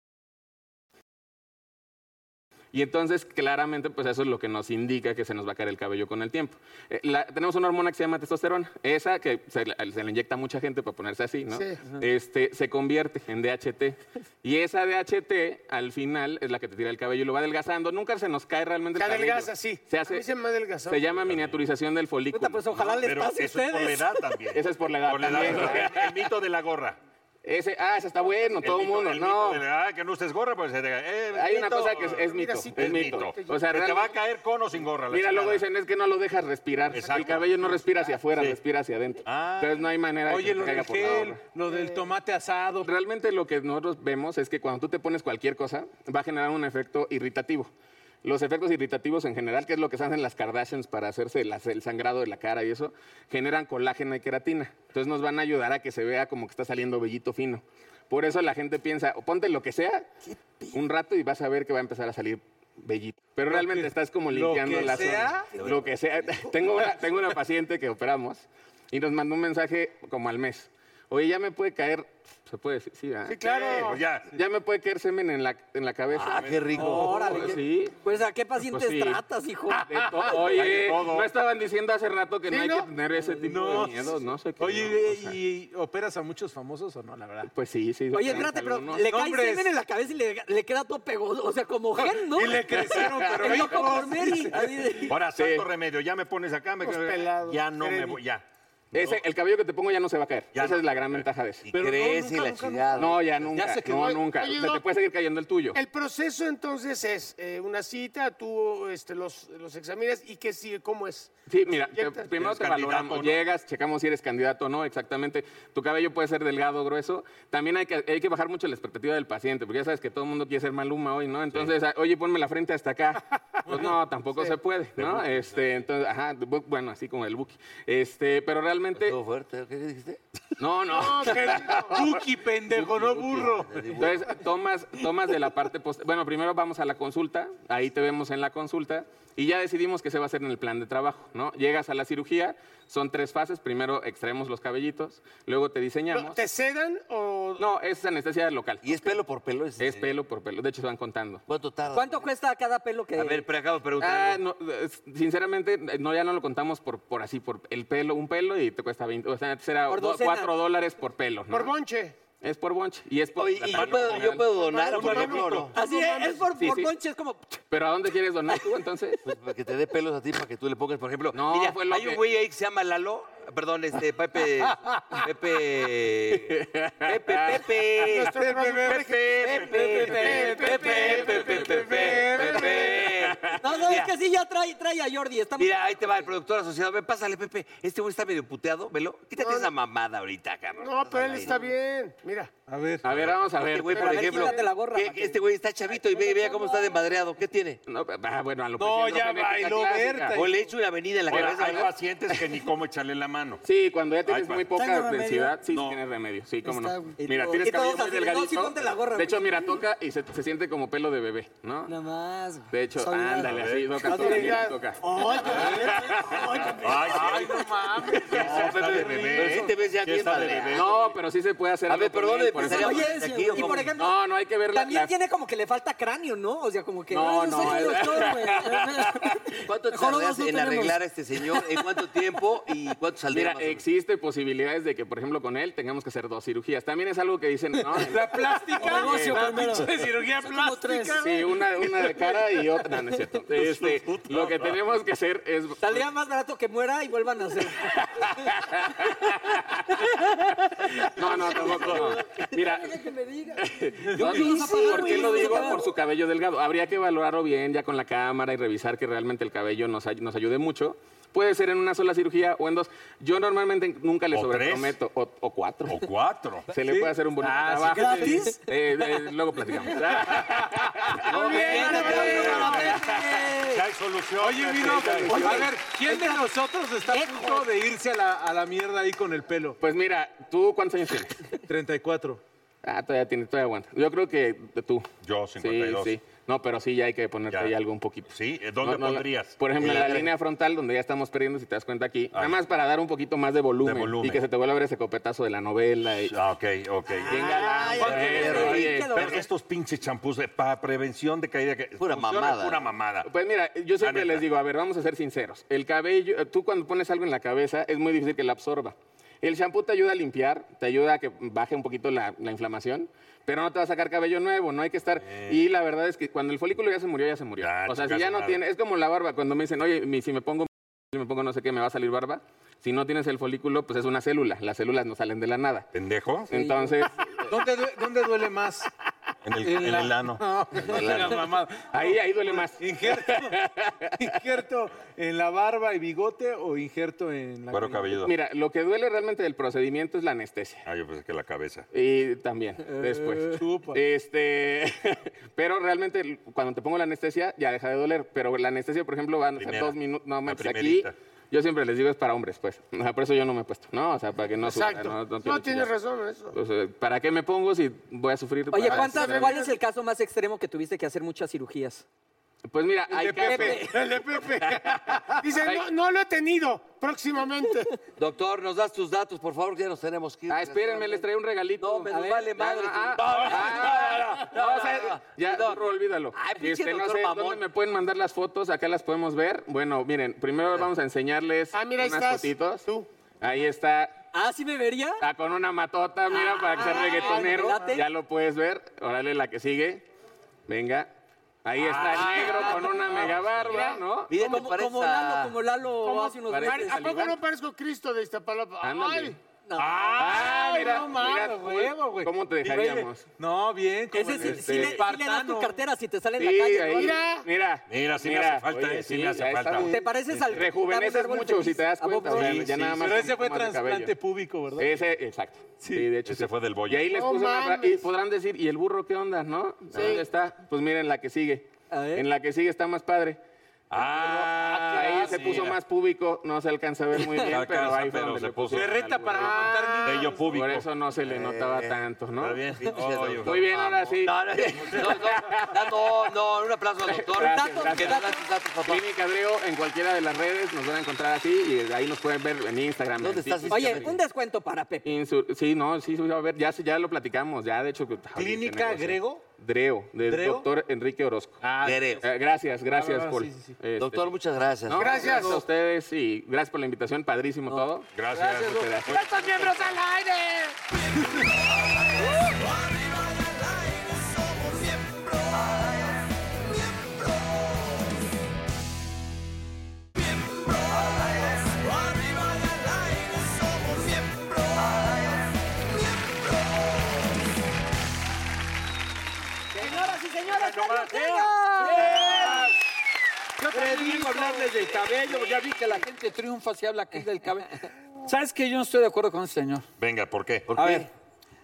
H: Y entonces, claramente, pues eso es lo que nos indica que se nos va a caer el cabello con el tiempo. Eh, la- tenemos una hormona que se llama testosterona. Esa que se, la- se le inyecta a mucha gente para ponerse así, ¿no?
I: Sí. Ajá.
H: Este, se convierte en DHT. Y esa DHT, al final, es la que te tira el cabello y lo va adelgazando. Nunca se nos cae realmente
D: Se
H: el cabello.
D: adelgaza, sí.
H: Se hace-
D: A mí se me adelgazó.
H: Se llama miniaturización del folículo.
D: pues, ojalá les Pero pase a eso es por ustedes. la edad también.
H: Esa es por la edad.
D: la edad,
H: también.
B: El mito de la gorra.
H: Ese, ah, ese está bueno,
B: El
H: todo el
B: mito-
H: mundo.
B: el
H: no.
B: mito de la- ah, que no uses gorra, pues se te eh,
H: Hay
B: mito.
H: una cosa que es, es mito.
B: Mira, sí,
H: es mito. O sea,
B: Que te
H: realmente-
B: va a caer con o sin gorra. la
H: Mira, luego
B: chingada.
H: dicen, es que no lo dejas respirar. El cabello no respira hacia afuera, respira hacia adentro. Entonces no hay manera
C: Ah. Oye,
H: de que
C: lo
H: te caiga
C: del
H: por la
C: gel,
H: boca. tomate asado. Realmente lo que nosotros vemos es que cuando tú te pones cualquier cosa, va a generar un efecto irritativo. Los efectos irritativos en general, que es lo que se hacen las Kardashians para hacerse las- el sangrado de la cara y eso, generan colágeno y queratina. Entonces nos van a ayudar a que se vea como que está saliendo vellito fino. Por eso la gente piensa, o ponte lo que sea un rato y vas a ver que va a empezar a salir vellito. Pero realmente estás como
C: lo
H: limpiando
C: que
H: la
C: sea.
H: zona. Lo que sea. Tengo una, tengo una paciente que operamos y nos mandó un mensaje como al mes. Oye, ya me puede caer, se puede decir, sí, ¿verdad?
G: Sí, claro.
H: Sí, pues ya. Ya me puede caer semen en la, en la cabeza.
G: Ah, qué rico. Órale, qué-
H: Sí.
G: Pues, ¿a qué pacientes
H: Pues sí.
G: tratas, hijo?
H: De to- Oye, no estaban diciendo hace rato que no hay que tener ese tipo
C: No.
H: de miedos, no sé qué.
C: Oye, ¿y operas a muchos famosos o no, la verdad?
H: Pues sí, sí.
G: Oye, espérate, pero le cae semen en la cabeza y le, le queda todo pegoso, o sea, como gen, ¿no?
B: Y le crecieron, pero
G: El loco
B: hijos.
G: por Mary, así de-
B: Ahora, santo remedio, ya me pones acá, me
H: Los
B: quedo-
H: pelados,
B: Ya no me
H: Freddy.
B: voy, ya.
H: Pues Ese, el cabello que te pongo ya no se va a caer. Esa es la gran ventaja de eso.
B: Pero no, crece nunca, la nunca, chingada. nunca.
H: No, ya nunca.
B: Ya se quedó.
H: No, nunca.
D: Oye,
H: O sea, te
D: Doc.
H: puede seguir cayendo el tuyo.
D: El proceso entonces es eh, una cita, tú este, los, los examinas y qué sigue, cómo es.
H: Sí, mira, te-
D: Inyectas.
H: primero te valoramos, llegas, checamos si eres candidato o no, exactamente. Tu cabello puede ser delgado, grueso. También hay que, hay que bajar mucho la expectativa del paciente, porque ya sabes que todo el mundo quiere ser maluma hoy, ¿no? Entonces, ah, oye, ponme la frente hasta acá. Pues no, tampoco se puede, ¿no? Este, entonces, ajá, de bu- bueno, así como el buki. Este, pero realmente... fuerte, ¿qué dijiste? No, no.
C: No, que- buki,
H: pendejo, no burro. Entonces, tomas, tomas de la parte post... Bueno, primero vamos a la consulta, ahí te vemos en la consulta y ya decidimos que se va a hacer en el plan de trabajo, ¿no? Llegas a la cirugía, son tres fases, primero extraemos los cabellitos, luego te diseñamos.
D: ¿Te sedan o...?
H: No, es anestesia local. ¿Y es pelo por pelo? Es, pelo por pelo, de hecho se van contando. ¿Cuánto tarda?
G: ¿Cuánto cuesta cada pelo que.?
H: pero acabo de
G: preguntar
H: ah, sinceramente, no, ya no lo contamos por, por así, por el pelo, un pelo y te cuesta 20, o sea, antes era
G: Por
H: do-
G: docena.
H: 4 dólares por pelo. ¿no?
D: Por bonche.
H: Es por bonche. Y es por.
G: Oye, y yo puedo- yo puedo donar, por ejemplo, ¿no? Así es, es por- por bonche,
H: es como. Pero ¿a dónde quieres donar tú entonces?
E: Pues para que te dé pelos a ti, para que tú le pongas, por ejemplo.
H: No,
E: mira,
H: fue lo
E: hay
H: que-
E: un güey ahí que se llama Lalo. Perdón, este, Pepe. Pepe. Pepe,
H: eh,
E: Pepe.
A: Nuestro productor
E: Pepe, Pepe, Pepe, Pepe, Pepe, Pepe.
G: No, no, es
E: Mira.
G: que sí, ya trae, trae a Jordi. Está
E: Mira, ahí te va el productor asociado. Ven, pásale, Pepe. Este güey está medio puteado, velo. Quítate esa mamada ahorita, cabrón.
D: No, pero él está bien, mira.
C: A ver.
H: A ver, vamos a ver.
E: Este güey, por ejemplo, que- que este güey está chavito y ve, vea cómo está de madreado. ¿Qué tiene?
H: No, ah, bueno, a lo
E: No,
H: presión
E: ya
H: genética
E: bailó
H: clásica.
E: Berta. O le echo una avenida en la
H: Ahora,
E: cabeza,
H: Hay
E: ¿verdad?
H: pacientes que ni cómo echarle la mano. Sí, cuando ya tienes
E: Ay,
H: muy
E: pa- ¿Tengo
H: poca
E: remedio?
H: densidad, sí tienes remedio. Sí, cómo
E: Está,
H: no.
E: güey.
H: Mira,
E: Y
H: tienes
E: todos
H: cabello muy
E: así, no,
H: delgadito.
E: sí, ponte la gorra,
H: de
E: güey.
H: hecho, mira, toca y se, se siente como pelo de bebé, ¿no? Nada más. De hecho,
E: Soledad.
H: ándale, así, toca,
E: No
H: toca,
E: te
H: mira,
E: digas.
H: toca.
E: Ay, no mames.
H: Ah, de bebé.
E: Pero sí te ves ya
H: Sí
E: bien
H: está de
E: madreado.
H: bebé. No, pero sí se puede hacer
E: A
H: algo
E: ver, ¿pero
H: con
E: dónde
H: él, por
E: empezaría?
H: ejemplo.
E: Oye,
I: sí,
H: Aquí,
I: y
H: ¿o cómo?
I: por ejemplo,
H: No, no hay que ver la-
I: También
H: la-
I: tiene como que le falta cráneo, ¿no? O sea, como que.
H: No,
I: "Ay,
H: no,
I: soy
H: es-
I: doctor, güey".
E: ¿Cuánto
I: Jorodos
E: tardas
I: no
E: en
I: tenemos.
E: arreglar a este señor? ¿En cuánto tiempo y cuánto saldría
H: Mira,
E: más o menos?
H: existe posibilidades de que, por ejemplo, con él tengamos que hacer dos cirugías. También es algo que dicen, ¿no?
C: La plástica.
H: Negocio
C: La
H: primero.
C: pinche cirugía plástica.
H: Sí, una, una de cara y otra, ¿no es cierto? Este, lo que tenemos que hacer es...
I: Saldría más barato que muera y vuelvan a hacer.
H: No, no, tampoco. no. Mira,
I: que me diga.
H: ¿por
I: qué los apagaron,
H: qué
I: güey?
H: lo
I: Los
H: digo?
I: apagaron.
H: Por su cabello delgado. Habría que valorarlo bien ya con la cámara y revisar que realmente el cabello nos, ay- nos ayude mucho. Puede ser en una sola cirugía o en dos. Yo normalmente nunca le
B: O tres.
H: sobreprometo. O, o cuatro. O
B: cuatro.
H: Se le
B: Sí.
H: puede hacer un bonito
B: Ah, sí,
H: trabajo.
B: ¿gratis?
H: Eh, eh, luego platicamos.
B: hay solución.
C: Oye, vino, a ver, ¿quién de nosotros está a punto de irse a la, a la mierda ahí con el pelo?
H: Pues mira, ¿tú cuántos años tienes?
C: 34.
H: Ah, todavía tiene, todavía aguanta. Yo creo que de tú.
B: Yo, 52.
H: Sí, sí. No, pero sí, ya hay que ponerte
B: Ya.
H: ahí algo un poquito.
B: Sí, ¿eh, dónde pondrías?
H: por ejemplo,
B: En
H: en
B: la
H: la,
B: cara.
H: línea frontal, donde ya estamos perdiendo, si te das cuenta aquí. Nada
B: Ahí.
H: más para dar un poquito más de volumen.
B: De volumen.
H: Y que se te vuelva a ver ese copetazo de la novela. Y...
B: Ah, ok, ok.
H: Bien galán.
B: Pero,
H: Oye,
B: oye,
H: pero-
B: pero estos pinches champús de para prevención de caída que pura
H: mamada.
B: Pura mamada.
H: Pues mira, yo siempre les digo, a ver, vamos a ser sinceros. El cabello, tú cuando pones algo en la cabeza es muy difícil que la absorba. El shampoo te ayuda a limpiar, te ayuda a que baje un poquito la, la inflamación, pero no te va a sacar cabello nuevo, no hay que estar... Y la verdad es que cuando el folículo ya se murió, ya se murió. o sea, si
B: chingaste
H: ya no
B: Ah, madre.
H: tiene... Es como la barba, cuando me dicen, oye, mi- si me pongo... Si me pongo no sé qué, me va a salir barba. Si no tienes el folículo, pues es una célula. Las células no salen de la nada.
B: ¿Pendejo?
H: Entonces...
C: ¿Dónde, due- dónde duele más?
B: En el,
C: En
B: en
C: la-
B: el ano.
C: No, no
B: El ano.
C: digas mamada.
H: Ahí, ahí duele más.
C: ¿Injerto, ¿Injerto en la barba y bigote o injerto en la
B: Cuero cabelludo.
H: Mira, lo que duele realmente del procedimiento es la anestesia.
B: Ah, yo pensé que la cabeza.
H: Y también,
D: Eh,
H: después. Este, pero realmente cuando te pongo la anestesia ya deja de doler, pero la anestesia, por ejemplo, van a ser
B: Primera.
H: dos minutos, no manches, aquí.
B: primerita.
H: Yo siempre les digo es para hombres, pues. O sea, por eso yo no me he puesto, ¿no? O sea, para que no sufra,
D: Exacto.
H: no- no pierda
D: No, tienes
H: chillazo.
D: razón eso.
H: O sea, ¿para qué me pongo si voy a sufrir?
D: Oye,
H: para-
D: ¿cuántas-
H: para-
D: cuál
I: ¿Cuál es el caso más extremo que tuviste que hacer muchas cirugías?
H: Pues mira,
D: El de Pepe. El de Pepe. Dice, no, no lo he tenido. Próximamente.
E: Doctor, nos das tus datos, por favor, que ya nos tenemos que ir.
H: Ah, espérenme, les traigo un regalito.
E: No, me
H: A ver.
E: vale madre.
H: Ah,
E: tú.
H: ah, ah,
E: No, no, no,
H: o sea,
E: no, no, no.
H: Ya,
E: No.
H: burro, olvídalo.
E: Ay, pinche
H: Este, no
E: doctor
H: sé,
E: mamón.
H: ¿dónde me pueden mandar las fotos? Acá las podemos ver. Bueno, miren, primero vamos a enseñarles
I: Ah. mira, ahí
H: unas
I: estás.
H: fotitos. Ahí está.
I: Ah, ¿sí me vería?
H: Ah, con una matota, mira, para que
I: Ah,
H: sea reggaetonero.
I: late.
H: Ya lo puedes ver. Órale, la que sigue. Venga. Ahí está
I: Ah,
H: el negro con una mega barba, ¿no?
I: como, como Lalo, como Lalo hace unos
H: Parece
I: meses.
D: ¿A poco
H: talibán.
D: no parezco Cristo de Iztapalapa?
H: Ándale.
D: Ay.
I: No.
H: Ah, mira,
D: no mames,
H: mira,
D: huevo, güey.
H: ¿Cómo te dejaríamos?
C: No, bien.
H: como
I: Ese sí,
H: en
I: sí le,
H: este-
I: sí le das tu cartera si te sale en
H: Sí,
I: la calle.
H: ahí,
I: ¿no?
H: mira. Mira,
B: Mira, sí me hace falta, eh, sí me hace
H: ya está
B: falta.
H: bien.
I: ¿Te pareces al-
H: Rejuveneces
I: Carlos Árbol
H: mucho,
I: feliz?
H: si te das
I: ¿A poco?
H: cuenta. o sea,
B: Sí,
H: ya
B: sí,
H: nada
B: sí.
H: más
B: Pero ese
H: con
B: fue
H: más de
B: trasplante
H: cabello.
C: público, ¿verdad?
H: Ese, exacto. Sí, de hecho.
B: Ese
H: sí.
B: fue del
H: Y
B: bollo.
H: ahí les
B: No
H: puse una...
B: mames.
H: Y podrán decir, ¿y el burro qué onda, no? ¿Dónde está? Pues miren la que sigue. En la que sigue está más padre.
B: Ah,
H: ahí se
B: sí,
H: puso
B: mira.
H: más púbico, no se alcanza a ver muy bien,
B: No
H: pero
B: alcanza,
H: ahí fue
B: pero
H: donde
B: se
H: le puso.
B: puso. Berreta para montar niños. Bello púbico.
H: Ah. Por eso no se le notaba
B: Eh,
H: tanto, ¿no?
B: está bien, pinche doctor.
H: Muy bien, ahora sí.
E: No, no, un aplauso al doctor.
H: Gracias,
E: Que
H: gracias.
E: nos das tus datos, papá.
H: Clínica Dreo en cualquiera de las redes nos van a encontrar así y de ahí nos pueden ver en Instagram.
E: ¿Dónde
H: en
E: estás
H: TikTok.
E: físicamente?
I: Oye, un descuento para Pepe.
H: Insur- sí, no, sí, sí, a ver, ya, se- ya lo platicamos, ya de hecho. que- ay,
C: ¿Clínica
H: este negocio.
C: Grego?
H: Dreo, del
C: ¿Dreo?
H: doctor Enrique Orozco.
C: Ah,
H: Grego.
C: Grego.
H: Eh, gracias, gracias
C: Ah,
H: por.
C: sí, sí, sí.
H: este-
E: Doctor, muchas gracias.
H: No,
E: Gracias.
H: gracias a ustedes y gracias por la invitación, padrísimo todo.
B: Gracias. Gracias,
H: muchas gracias.
A: ¡Estos miembros al aire!
I: Señoras y señores, Carlos
L: Yo también a hablarles del cabello, ya vi que la gente triunfa si habla aquí del cabello. ¿Sabes que Yo no estoy de acuerdo con ese señor.
B: Venga, ¿por qué?
L: A ver,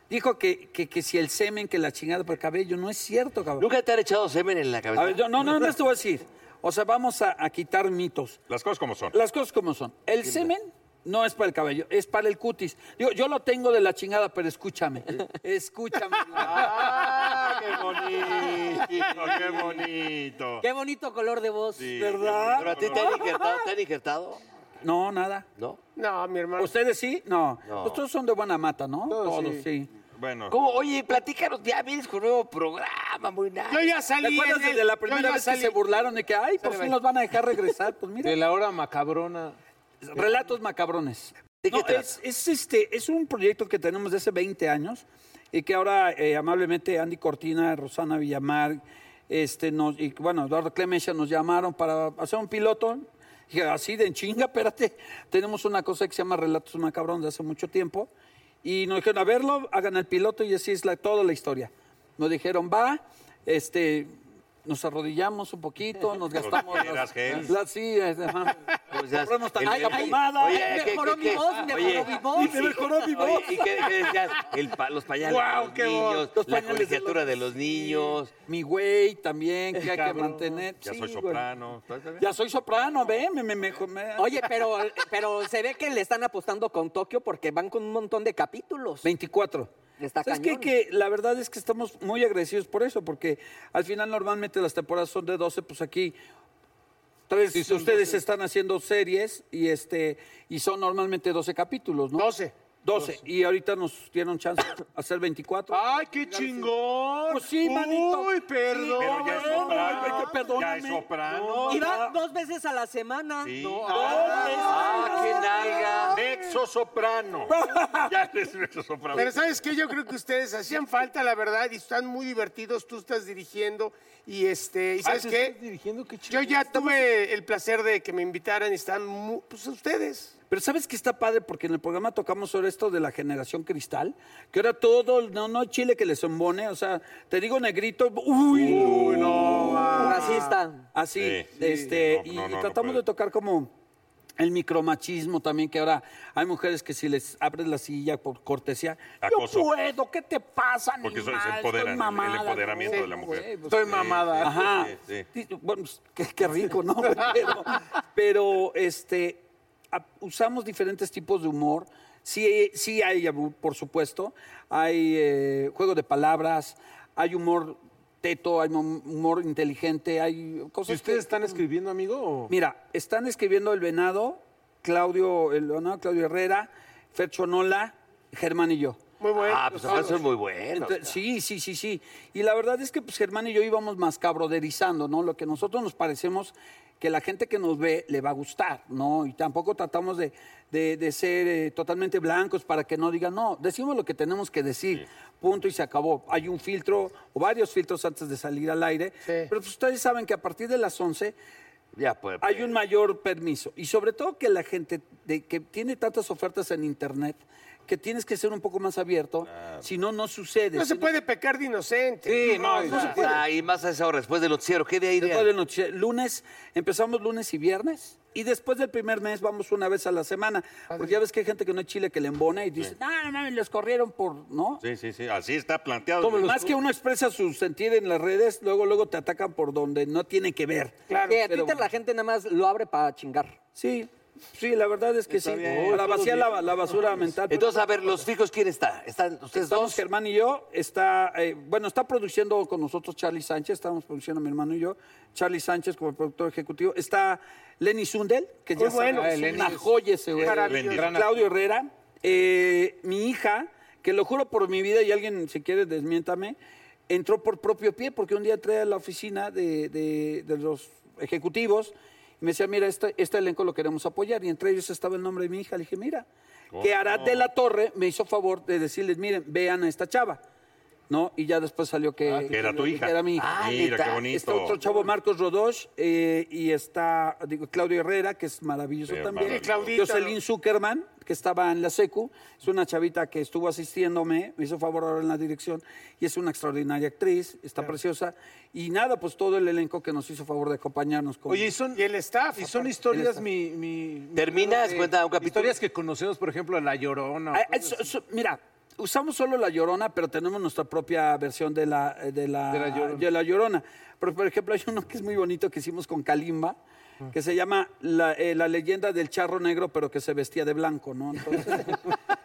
L: Dijo que, que, que si el semen, que la chingada por el cabello, no es cierto, cabrón.
E: ¿Nunca te han echado semen en la cabeza?
L: A ver, yo- no, no, no te voy a decir. O sea, vamos a, a quitar mitos.
B: Las cosas como son.
L: Las cosas como son. El semen no es para el cabello, es para el cutis. Digo, yo lo tengo de la chingada, pero escúchame. Escúchame.
E: ¡Ah,
L: qué bonito,
E: qué bonito!
G: Qué bonito color de voz.
L: ¿Verdad?
E: ¿Pero a ti te han injertado? ¿Te han injertado?
L: No, nada.
E: ¿No?
L: No, mi hermano. ¿Ustedes sí? No.
E: No.
L: Ustedes son de buena mata, ¿no? Todos, sí.
B: Bueno.
E: ¿Cómo? Ah, Oye, platícanos, ya vienes con nuevo programa, muy nada.
L: Yo ya salí
D: ¿Te acuerdas en el-
L: de la
D: yo
L: primera
D: ya
L: vez
D: salí.
L: que se burlaron de que, ay, por
D: Sale,
L: fin
D: bye.
L: nos van a dejar regresar? Pues mira. De la hora macabrona. Relatos macabrones. No,
D: es, es, este, es un proyecto que tenemos desde hace 20 años y que ahora eh, amablemente Andy Cortina, Rosana Villamar, este, nos, y bueno, Eduardo Clemencia nos llamaron para hacer un piloto. Dije, así de en chinga, espérate. Tenemos una cosa que se llama Relatos Macabrones de hace mucho tiempo. Y nos dijeron, a verlo, hagan el piloto y así es la, toda la historia. Nos dijeron, va, este, nos arrodillamos un poquito, nos
B: Como
D: gastamos...
B: quieras, gel.
D: las- sí, es- ajá. Pues Compramos
E: el-
D: tamaño,
E: el- el-
D: pomada.
E: Oye,
D: Ay,
E: ¿qué-
D: mejoró
E: qué-
D: mi
E: qué?
D: voz, mejoró
E: Oye,
D: mi voz.
E: y-
D: Me mejoró mi
E: oye,
D: voz.
E: ¿Y qué, qué decías? El pa- los pañales
D: Guau,
E: de
D: qué
E: los
D: voz.
E: niños,
D: Los
E: la
D: pañales de los-
E: colegiatura de los niños.
D: Mi güey también, que hay que
E: Cabrón.
D: mantener.
B: Ya
D: Sí,
B: soy
D: güey.
B: soprano. ¿Está- está bien?
D: Ya soy soprano, ve, me, me, me- me-
G: Oye, pero, pero se ve que le están apostando con Tokio porque van con un montón de capítulos.
D: 24.
G: Pues, Está
D: ¿Sabes qué?
G: cañón.
D: Que la verdad es que estamos muy agradecidos por eso, porque al final normalmente las temporadas son de 12, pues aquí tres
L: Sí, son
D: ustedes
L: 12.
D: están haciendo series y este y son normalmente 12 capítulos, ¿no? 12. 12. Y ahorita nos dieron chance de hacer 24.
C: ¡Ay, qué chingón!
D: Pues sí, manito.
C: Uy, perdón.
D: Pero ya es soprano.
C: Ay, que
D: Perdóname.
C: Ya es soprano.
G: y va dos veces a la semana. No,
B: ¡Ah,
G: qué
B: nalga! Nexo soprano. ya eres nexo soprano.
D: Pero
B: ¿sabes
D: qué? Yo creo que ustedes hacían falta, la verdad, y están muy divertidos. Tú estás dirigiendo y este,
H: Ah,
C: ¿Y
D: ¿y sabes qué?
C: dirigiendo? Qué
D: Yo ya tuve el placer de que me invitaran y están mu- pues ustedes.
L: Pero ¿sabes qué está padre? Porque en el programa tocamos sobre esto de la generación cristal, que ahora todo, el- no, no hay chile que les embone, o sea, te digo negrito, uy, no,
B: ah.
G: racista.
L: Así,
G: Sí.
L: este,
G: Sí,
L: y,
G: no, no,
L: y
G: no, no
L: tratamos de tocar como el micromachismo también, que ahora hay mujeres que si les abres la silla por cortesía,
B: Acoso.
L: yo puedo, ¿qué te pasa,
B: Porque eso es
L: animal? Ah, Estoy
B: empoderan, el-
L: mamada,
B: el empoderamiento
L: güey,
B: de la mujer.
L: güey, pues,
B: Estoy mamada. sí,
L: Ajá.
B: sí,
L: Sí, Bueno, pues, qué, qué rico, ¿no? Pero, pero, este, a- usamos diferentes tipos de humor. Sí, sí hay, abu- por supuesto, hay eh, juego de palabras, hay humor teto, hay mom- humor inteligente, hay cosas
C: ¿Y ustedes
L: que-
C: están escribiendo, amigo? o-
L: Mira, están escribiendo El Venado, Claudio, el, ¿no? Claudio Herrera, Fer Chonola, Germán y yo.
D: Muy bueno.
E: Ah, pues ahora son muy buenos.
L: Ente- sí, sí, sí, sí. Y la verdad es que pues, Germán y yo íbamos más cabroderizando, ¿no? Lo que nosotros nos parecemos que la gente que nos ve le va a gustar, ¿no? Y tampoco tratamos de, de- de ser eh, totalmente blancos para que no digan, no, decimos lo que tenemos que decir, punto y se acabó. Hay un filtro o varios filtros antes de salir al aire, pero pues, ustedes saben que a partir de las 11
E: Ya, pues.
L: hay un mayor permiso. Y sobre todo que la gente de, que tiene tantas ofertas en Internet, que tienes que ser un poco más abierto, si no, no sucede.
D: No se
L: Si
D: puede pecar de inocente.
L: Sí, no,
D: no se puede.
E: Ah, y más a esa hora, después del noticiero, ¿qué de ahí?
L: Después del noche- lunes, empezamos lunes y viernes. Y después del primer mes vamos una vez a la semana. Porque ya ves que hay gente que no es chile que le embona y dice, no, no, no, los corrieron por, ¿no?
B: sí, sí, sí, Así está planteado.
L: Más que uno expresa su sentir en las redes, luego, luego te atacan por donde no tiene que ver.
G: Claro, que a
L: Pero-
G: Twitter la gente nada más lo abre para chingar.
L: Sí, sí, la verdad es que sí.
G: bien.
L: Para
G: Todo
L: vaciar
G: bien.
L: la, la basura mental. pues,
E: Entonces, a ver, los fijos, ¿quién está? ¿Están ustedes
L: Estamos
E: dos?
L: Germán y yo. Está, eh, bueno, está produciendo con nosotros Charlie Sánchez. Estamos produciendo mi hermano y yo. Charlie Sánchez como productor ejecutivo. Está Lenny Sundel, que
D: Muy
L: ya saben,
D: bueno,
L: es
D: Lenny
L: una
D: es-
L: joya ese güey.
D: Maravilloso. Gran
L: Claudio Herrera. eh, mi hija, que lo juro por mi vida y alguien, si quiere, desmiéntame, entró por propio pie porque un día entré a la oficina de, de- de los ejecutivos y me decía, mira, este, este elenco lo queremos apoyar. Y entre ellos estaba el nombre de mi hija. Le dije, mira,
B: Oh,
L: que Arad de la Torre me hizo favor de decirles, miren, vean a esta chava. ¿No? Y ya después salió que,
B: Ah, que era tu
L: que
B: hija.
L: era mi hija.
B: Ah, Mira, ¿neta? qué bonito.
L: Está otro chavo, Marcos Rodosh, eh, y está digo, Claudio Herrera, que es maravilloso
B: Sí,
L: también.
B: maravilloso. Y Claudita,
L: Jocelyn
B: ¿no?
L: Zuckerman, que estaba en la SECU, es una chavita que estuvo asistiéndome, me hizo favor ahora en la dirección, y es una extraordinaria actriz, está preciosa. Y nada, pues todo el elenco que nos hizo favor de acompañarnos. Con...
C: Oye, y son, el staff, y son
L: El
C: historias,
L: staff.
C: mi, mi- eh, mi-
L: ¿Terminas?
C: de-
L: Cuenta un capítulo.
C: Historias que conocemos, por ejemplo, La Llorona. o
L: Ah,
C: cosas
L: eso- eso- mira, usamos solo la llorona, pero tenemos nuestra propia versión de la, eh, de la,
D: De la Llorona.
L: de la llorona. Pero, por ejemplo, hay uno que es muy bonito que hicimos con Kalimba,
C: Ah.
L: que se llama la, eh, La leyenda del charro negro, pero que se vestía de blanco, ¿no? Entonces,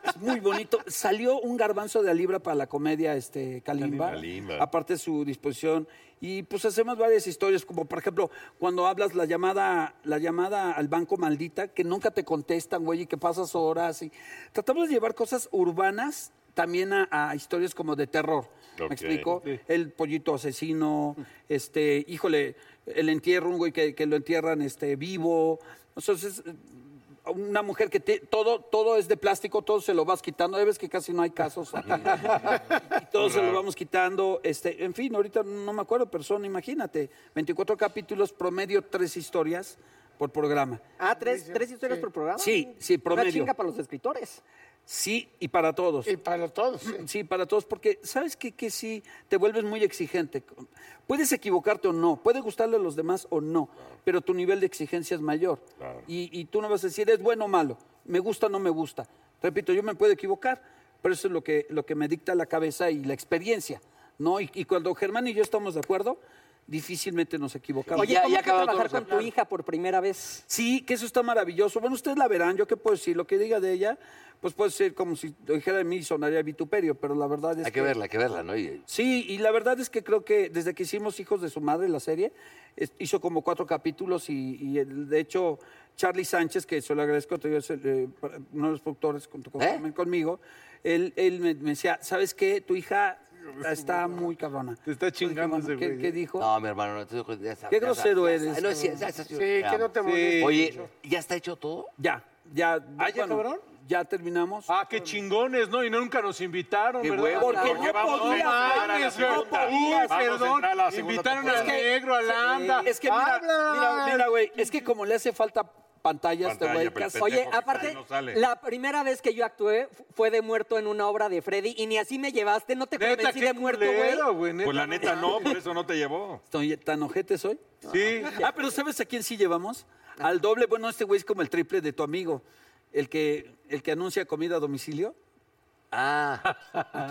L: es muy bonito. Salió un garbanzo de a libra para la comedia este, Kalimba.
B: Kalimba.
L: Aparte de su disposición. Y pues hacemos varias historias, como por ejemplo, cuando hablas la llamada, la llamada al banco maldita, que nunca te contestan, güey, y que pasas horas. Y... Tratamos de llevar cosas urbanas también a, a historias como de terror.
D: Ok.
L: ¿Me explico?
D: Sí.
L: El pollito asesino, este, híjole, el entierro, un güey que, que lo entierran este, vivo. Entonces, una mujer que te- todo, todo es de plástico, todo se lo vas quitando. Ya ves que casi no hay casos aquí. y todo se lo vamos quitando. Este, en fin, ahorita no me acuerdo, pero son, imagínate, 24 capítulos, promedio tres historias por programa.
G: Ah, tres, tres historias por programa.
L: Sí, sí,
G: Una
L: promedio.
G: chinga para los escritores.
L: Sí, y para todos. Y para todos. Sí, para todos, porque sabes qué? que sí, te vuelves muy exigente. Puedes equivocarte o no, puede gustarle a los demás o no, pero tu nivel de exigencia es mayor. Y, y tú no vas a decir, es bueno o malo, me gusta o no me gusta. Repito, yo me puedo equivocar, pero eso es lo que, lo que me dicta la cabeza y la experiencia. ¿no? Y, y cuando Germán y yo estamos de acuerdo, difícilmente nos equivocamos.
G: Oye, ¿cómo fue trabajar con tu hija por primera vez?
L: Sí, que eso está maravilloso. Bueno, ustedes la verán, yo qué puedo decir, lo que diga de ella, pues puede ser como si lo dijera de mí y sonaría vituperio, pero la verdad es
E: Hay que verla, hay que verla, ¿no? Y-
L: Sí, y la verdad es que creo que desde que hicimos Hijos de su Madre, la serie, es- hizo como cuatro capítulos y, y el- de hecho Charlie Sánchez, que se lo agradezco, te digo, es el, eh, para- uno de los productores junto
E: ¿Eh?
L: con- conmigo, él, él me, me decía, ¿sabes qué? Tu hija está muy cabrona. Te está chingando ¿eh? ¿qué,
E: güey,
L: ¿Qué dijo?
E: No, mi hermano, no, tú- ya sabes,
L: Qué
E: ya
L: grosero
E: sabes, ya
L: eres,
E: sabes. No, es
L: cabrón.
E: cierto, ya sabes,
L: Sí,
E: yo-
L: que
E: ya.
L: no te molestes.
E: Oye, ¿ya está hecho todo?
L: Ya, ya.
E: ¿Ah, ya acabaron?
L: Ya terminamos.
C: Ah, qué chingones, ¿no? Y nunca nos invitaron,
L: Qué
C: ¿verdad?
L: hueva, Porque porque no vamos a podías, entrar a la
C: Mames,
L: segunda.
C: güey.
L: podías.
C: Uy,
L: Vamos a
C: perdón.
L: entrar a la segunda
C: Invitaron al
L: temporada. Es que-
C: negro, a Lambda.
L: Es que mira,
C: Habla.
L: mira, mira, güey, es que como le hace falta pantalla a este
E: Pantalla,
L: güey,
E: pero el
L: casi-
E: pendejo
G: Oye,
E: que
G: aparte,
E: sale no sale.
G: la primera vez que yo actué fu- fue de muerto en una obra de Freddy y ni así me llevaste, no te convencí de muerto, güey.
B: Pues la neta no, por eso no te llevó.
L: Estoy tan ojete soy.
B: Sí.
L: Ah, pero ¿sabes a quién sí llevamos? Al doble, bueno, este güey es como el triple de tu amigo, el que, el que anuncia comida a domicilio.
G: Ah.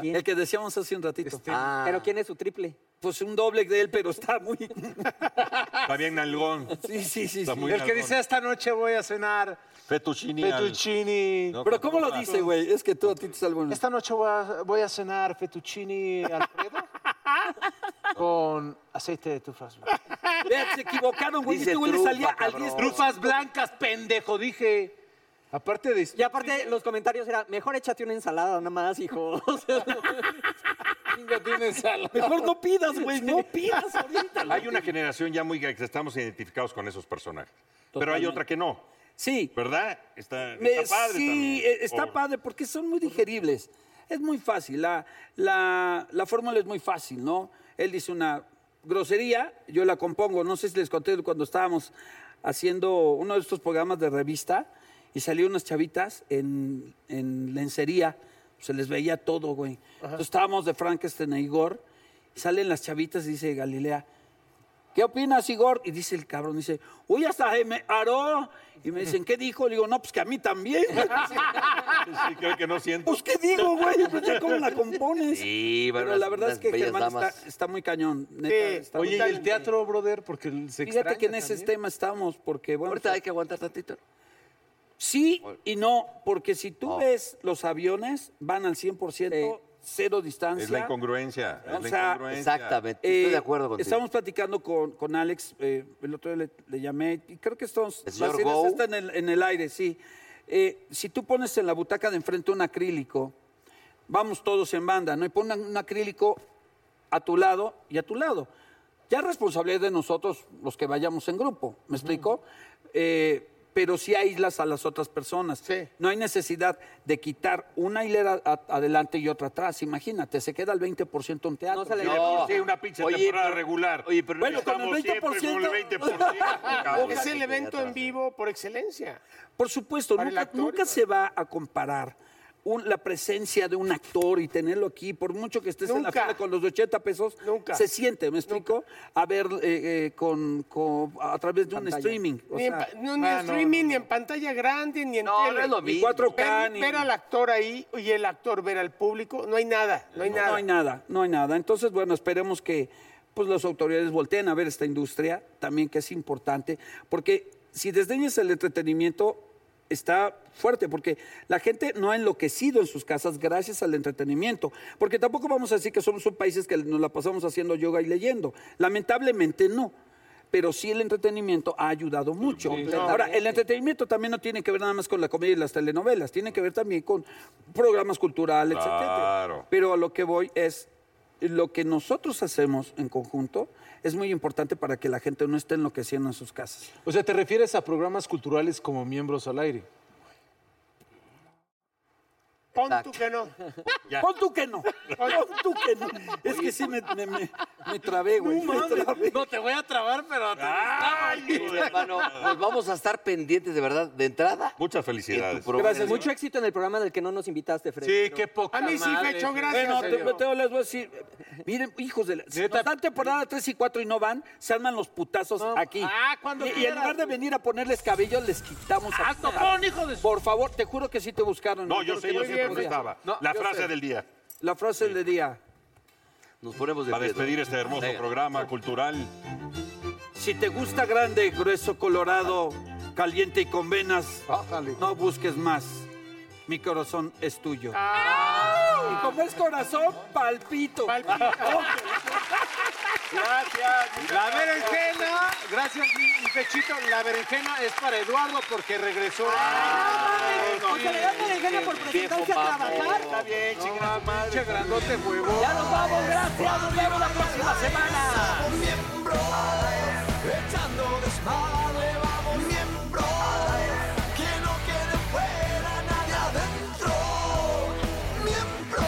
L: El que decíamos hace un ratito.
G: Ah. ¿Pero quién es su triple?
L: Pues un doble de él, pero está muy...
B: Está bien nalgón.
L: Sí, sí, sí.
B: Está
L: sí.
B: muy
C: El que dice, esta noche voy a cenar
B: Fettuccini. al-
C: fettuccini.
B: No,
L: Pero ¿cómo lo dice, güey? Es que tú a ti te salvo
C: Esta noche voy a, voy a cenar fettuccini Alfredo con aceite de trufas blancas.
L: Vean, se equivocaron, güey.
C: Dice
L: Este güey le
C: trufa,
L: salía al
C: cabrón.
L: 10
C: Trufas blancas, pendejo, dije. Aparte de...
G: Y aparte, los comentarios eran, mejor échate una ensalada nada más, hijo. O sea,
L: Mejor no pidas, güey, no pidas ahorita.
B: Hay una generación ya muy que estamos identificados con esos personajes. Pero hay
L: Totalmente.
B: otra que no.
L: Sí.
B: ¿Verdad? Está,
L: Me-
B: está padre
L: sí,
B: también.
L: eh, está
B: O-
L: padre porque son muy digeribles. Es muy fácil, la, la, la fórmula es muy fácil, ¿no? Él dice una grosería, yo la compongo, no sé si les conté cuando estábamos haciendo uno de estos programas de revista y salió unas chavitas en, en lencería, se les veía todo, güey. Entonces estábamos de Frankenstein e Igor, y salen las chavitas y dice Galilea, ¿Qué opinas, Igor? Y dice el cabrón, dice, uy, hasta se me aró. Y me dicen, ¿qué dijo? Le digo, no, pues que a mí también.
B: Sí, creo que no siento.
L: pues, ¿qué digo, güey? Pues ya cómo la compones.
E: Sí,
L: Pero
E: unas-
L: la verdad es
E: unas
L: que
E: bellas
L: Germán está,
E: damas.
L: está muy cañón. neta, está muy
C: Oye, ¿y el
L: cañón.
C: teatro, brother? Porque se
L: Fíjate
C: extraña
L: que en ese
C: también.
L: tema estamos, porque bueno...
E: Ahorita hay que aguantar tantito.
L: Sí y no, porque si tú ves los aviones, van al 100%, cero distancia.
B: Es la incongruencia.
L: O
B: es la
L: sea,
B: incongruencia.
L: eh, Estamos platicando con, con Alex, eh, el otro día le, le llamé, y creo que estamos...
E: ¿El
L: la
E: señor
L: serie
E: Go?
L: está en el, en el aire, sí. Eh, si tú pones en la butaca de enfrente un acrílico, vamos todos en banda, ¿no? Y pon un acrílico a tu lado y a tu lado. Ya es responsabilidad de nosotros los que vayamos en grupo, ¿me explico? Eh, pero sí aíslas a las otras personas. No hay necesidad de quitar una hilera a- adelante y otra atrás. Imagínate, se queda el 20% un teatro.
G: No se le-
B: No,
G: No.
B: por sí, una pinche
G: Oye,
B: temporada
G: pero-
B: regular.
G: oye, pero-
B: bueno,
G: Bueno, con
B: estamos
G: el
B: siempre con el 20%. 20%, cabrón.
A: Es el evento en vivo por excelencia.
L: Por supuesto, nunca, nunca se va a comparar un- la presencia de un actor y tenerlo aquí, por mucho que estés en la fila con los 80 pesos,
I: Nunca.
L: se siente, ¿me explico? A ver, eh, eh, con, con- a través de un
I: Pantalla.
L: streaming. o
A: Ni en,
L: sea.
A: pa- no, ni en
L: Ah, no,
A: streaming, ni en pantalla grande, ni en
L: No,
A: tele.
L: no es lo
A: Ni
L: mismo. 4K,
A: ver,
L: ni-
A: ver al actor ahí y el actor ver al público, no hay nada, no hay
L: No,
A: nada.
L: no hay nada, no hay nada. Entonces, bueno, esperemos que pues, las autoridades volteen a ver esta industria también, que es importante, porque si desdeñas el entretenimiento, está fuerte, porque la gente no ha enloquecido en sus casas gracias al entretenimiento, porque tampoco vamos a decir que somos un país que nos la pasamos haciendo yoga y leyendo. Lamentablemente no. Pero sí el entretenimiento ha ayudado mucho. Ahora, el entretenimiento también no tiene que ver nada más con la comedia y las telenovelas, tiene que ver también con programas culturales, etcétera.
B: Claro.
L: Pero a lo que voy es lo que nosotros hacemos en conjunto es muy importante para que la gente no esté enloqueciendo en sus casas.
C: O sea, ¿te refieres a programas culturales como Miembros al Aire?
A: Pon tú que no.
L: Pon tú que no. Pon tú que no. Es que sí me, me, me- me trabé, güey. me trabé.
C: No te voy a trabar, pero te
E: hermano, pues vamos a estar pendientes de verdad de entrada.
B: Muchas felicidades.
G: Gracias. Mucho éxito en el programa del que no nos invitaste, Freddy.
C: Sí, qué poca
G: A mí sí,
C: madre.
G: Fecho,
C: gracias,
L: Bueno, te,
C: señor.
L: te- les voy a decir, miren, hijos de la... Si nos dan temporada 3 y 4 y no van, se arman los putazos aquí.
C: Ah, cuando
L: y, y en
C: quieras.
L: lugar de venir a ponerles cabello, les quitamos... a-
C: hijo de
L: Por favor, te juro que sí te buscaron. ¿eh?
B: No, yo
L: juro
B: sé,
L: que
B: yo siempre
L: podía.
B: estaba.
L: No,
B: La
L: yo
B: frase
L: sé.
B: del día.
L: La frase del día.
E: Nos ponemos de
B: Para
E: pie,
B: despedir
E: ¿no?
B: este hermoso
E: Venga.
B: programa cultural.
L: Si te gusta grande, grueso, colorado, caliente y con venas, no busques más. Mi corazón es tuyo. Y como es corazón, palpito.
C: Gracias. La berenjena, gracias, mi mi pechito. La berenjena es para Eduardo porque regresó.
I: Ah,
C: Ah,
I: Porque le dan berenjena por presentarse a trabajar.
C: Está bien, chingada Pinche grandote huevo.
I: Ya nos vamos, gracias. Nos vemos la próxima semana.
M: Echando desmadre, vamos miembro Que no quede fuera nadie adentro Miembro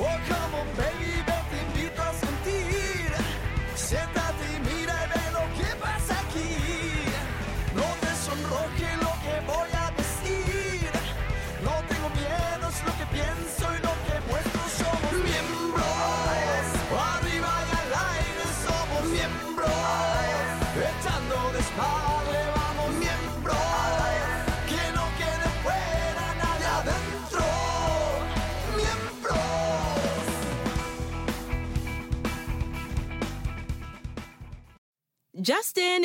M: Oh, come on baby, yo te invito a sentir Siéntate y mira y ve lo que pasa aquí No te sonroje lo que voy a decir No tengo miedo, es lo que pienso y lo que muestro Somos miembros Arriba y al aire somos miembros Echando desmadre vamos miembros Que no quede fuera nadie adentro Miembros
N: Justin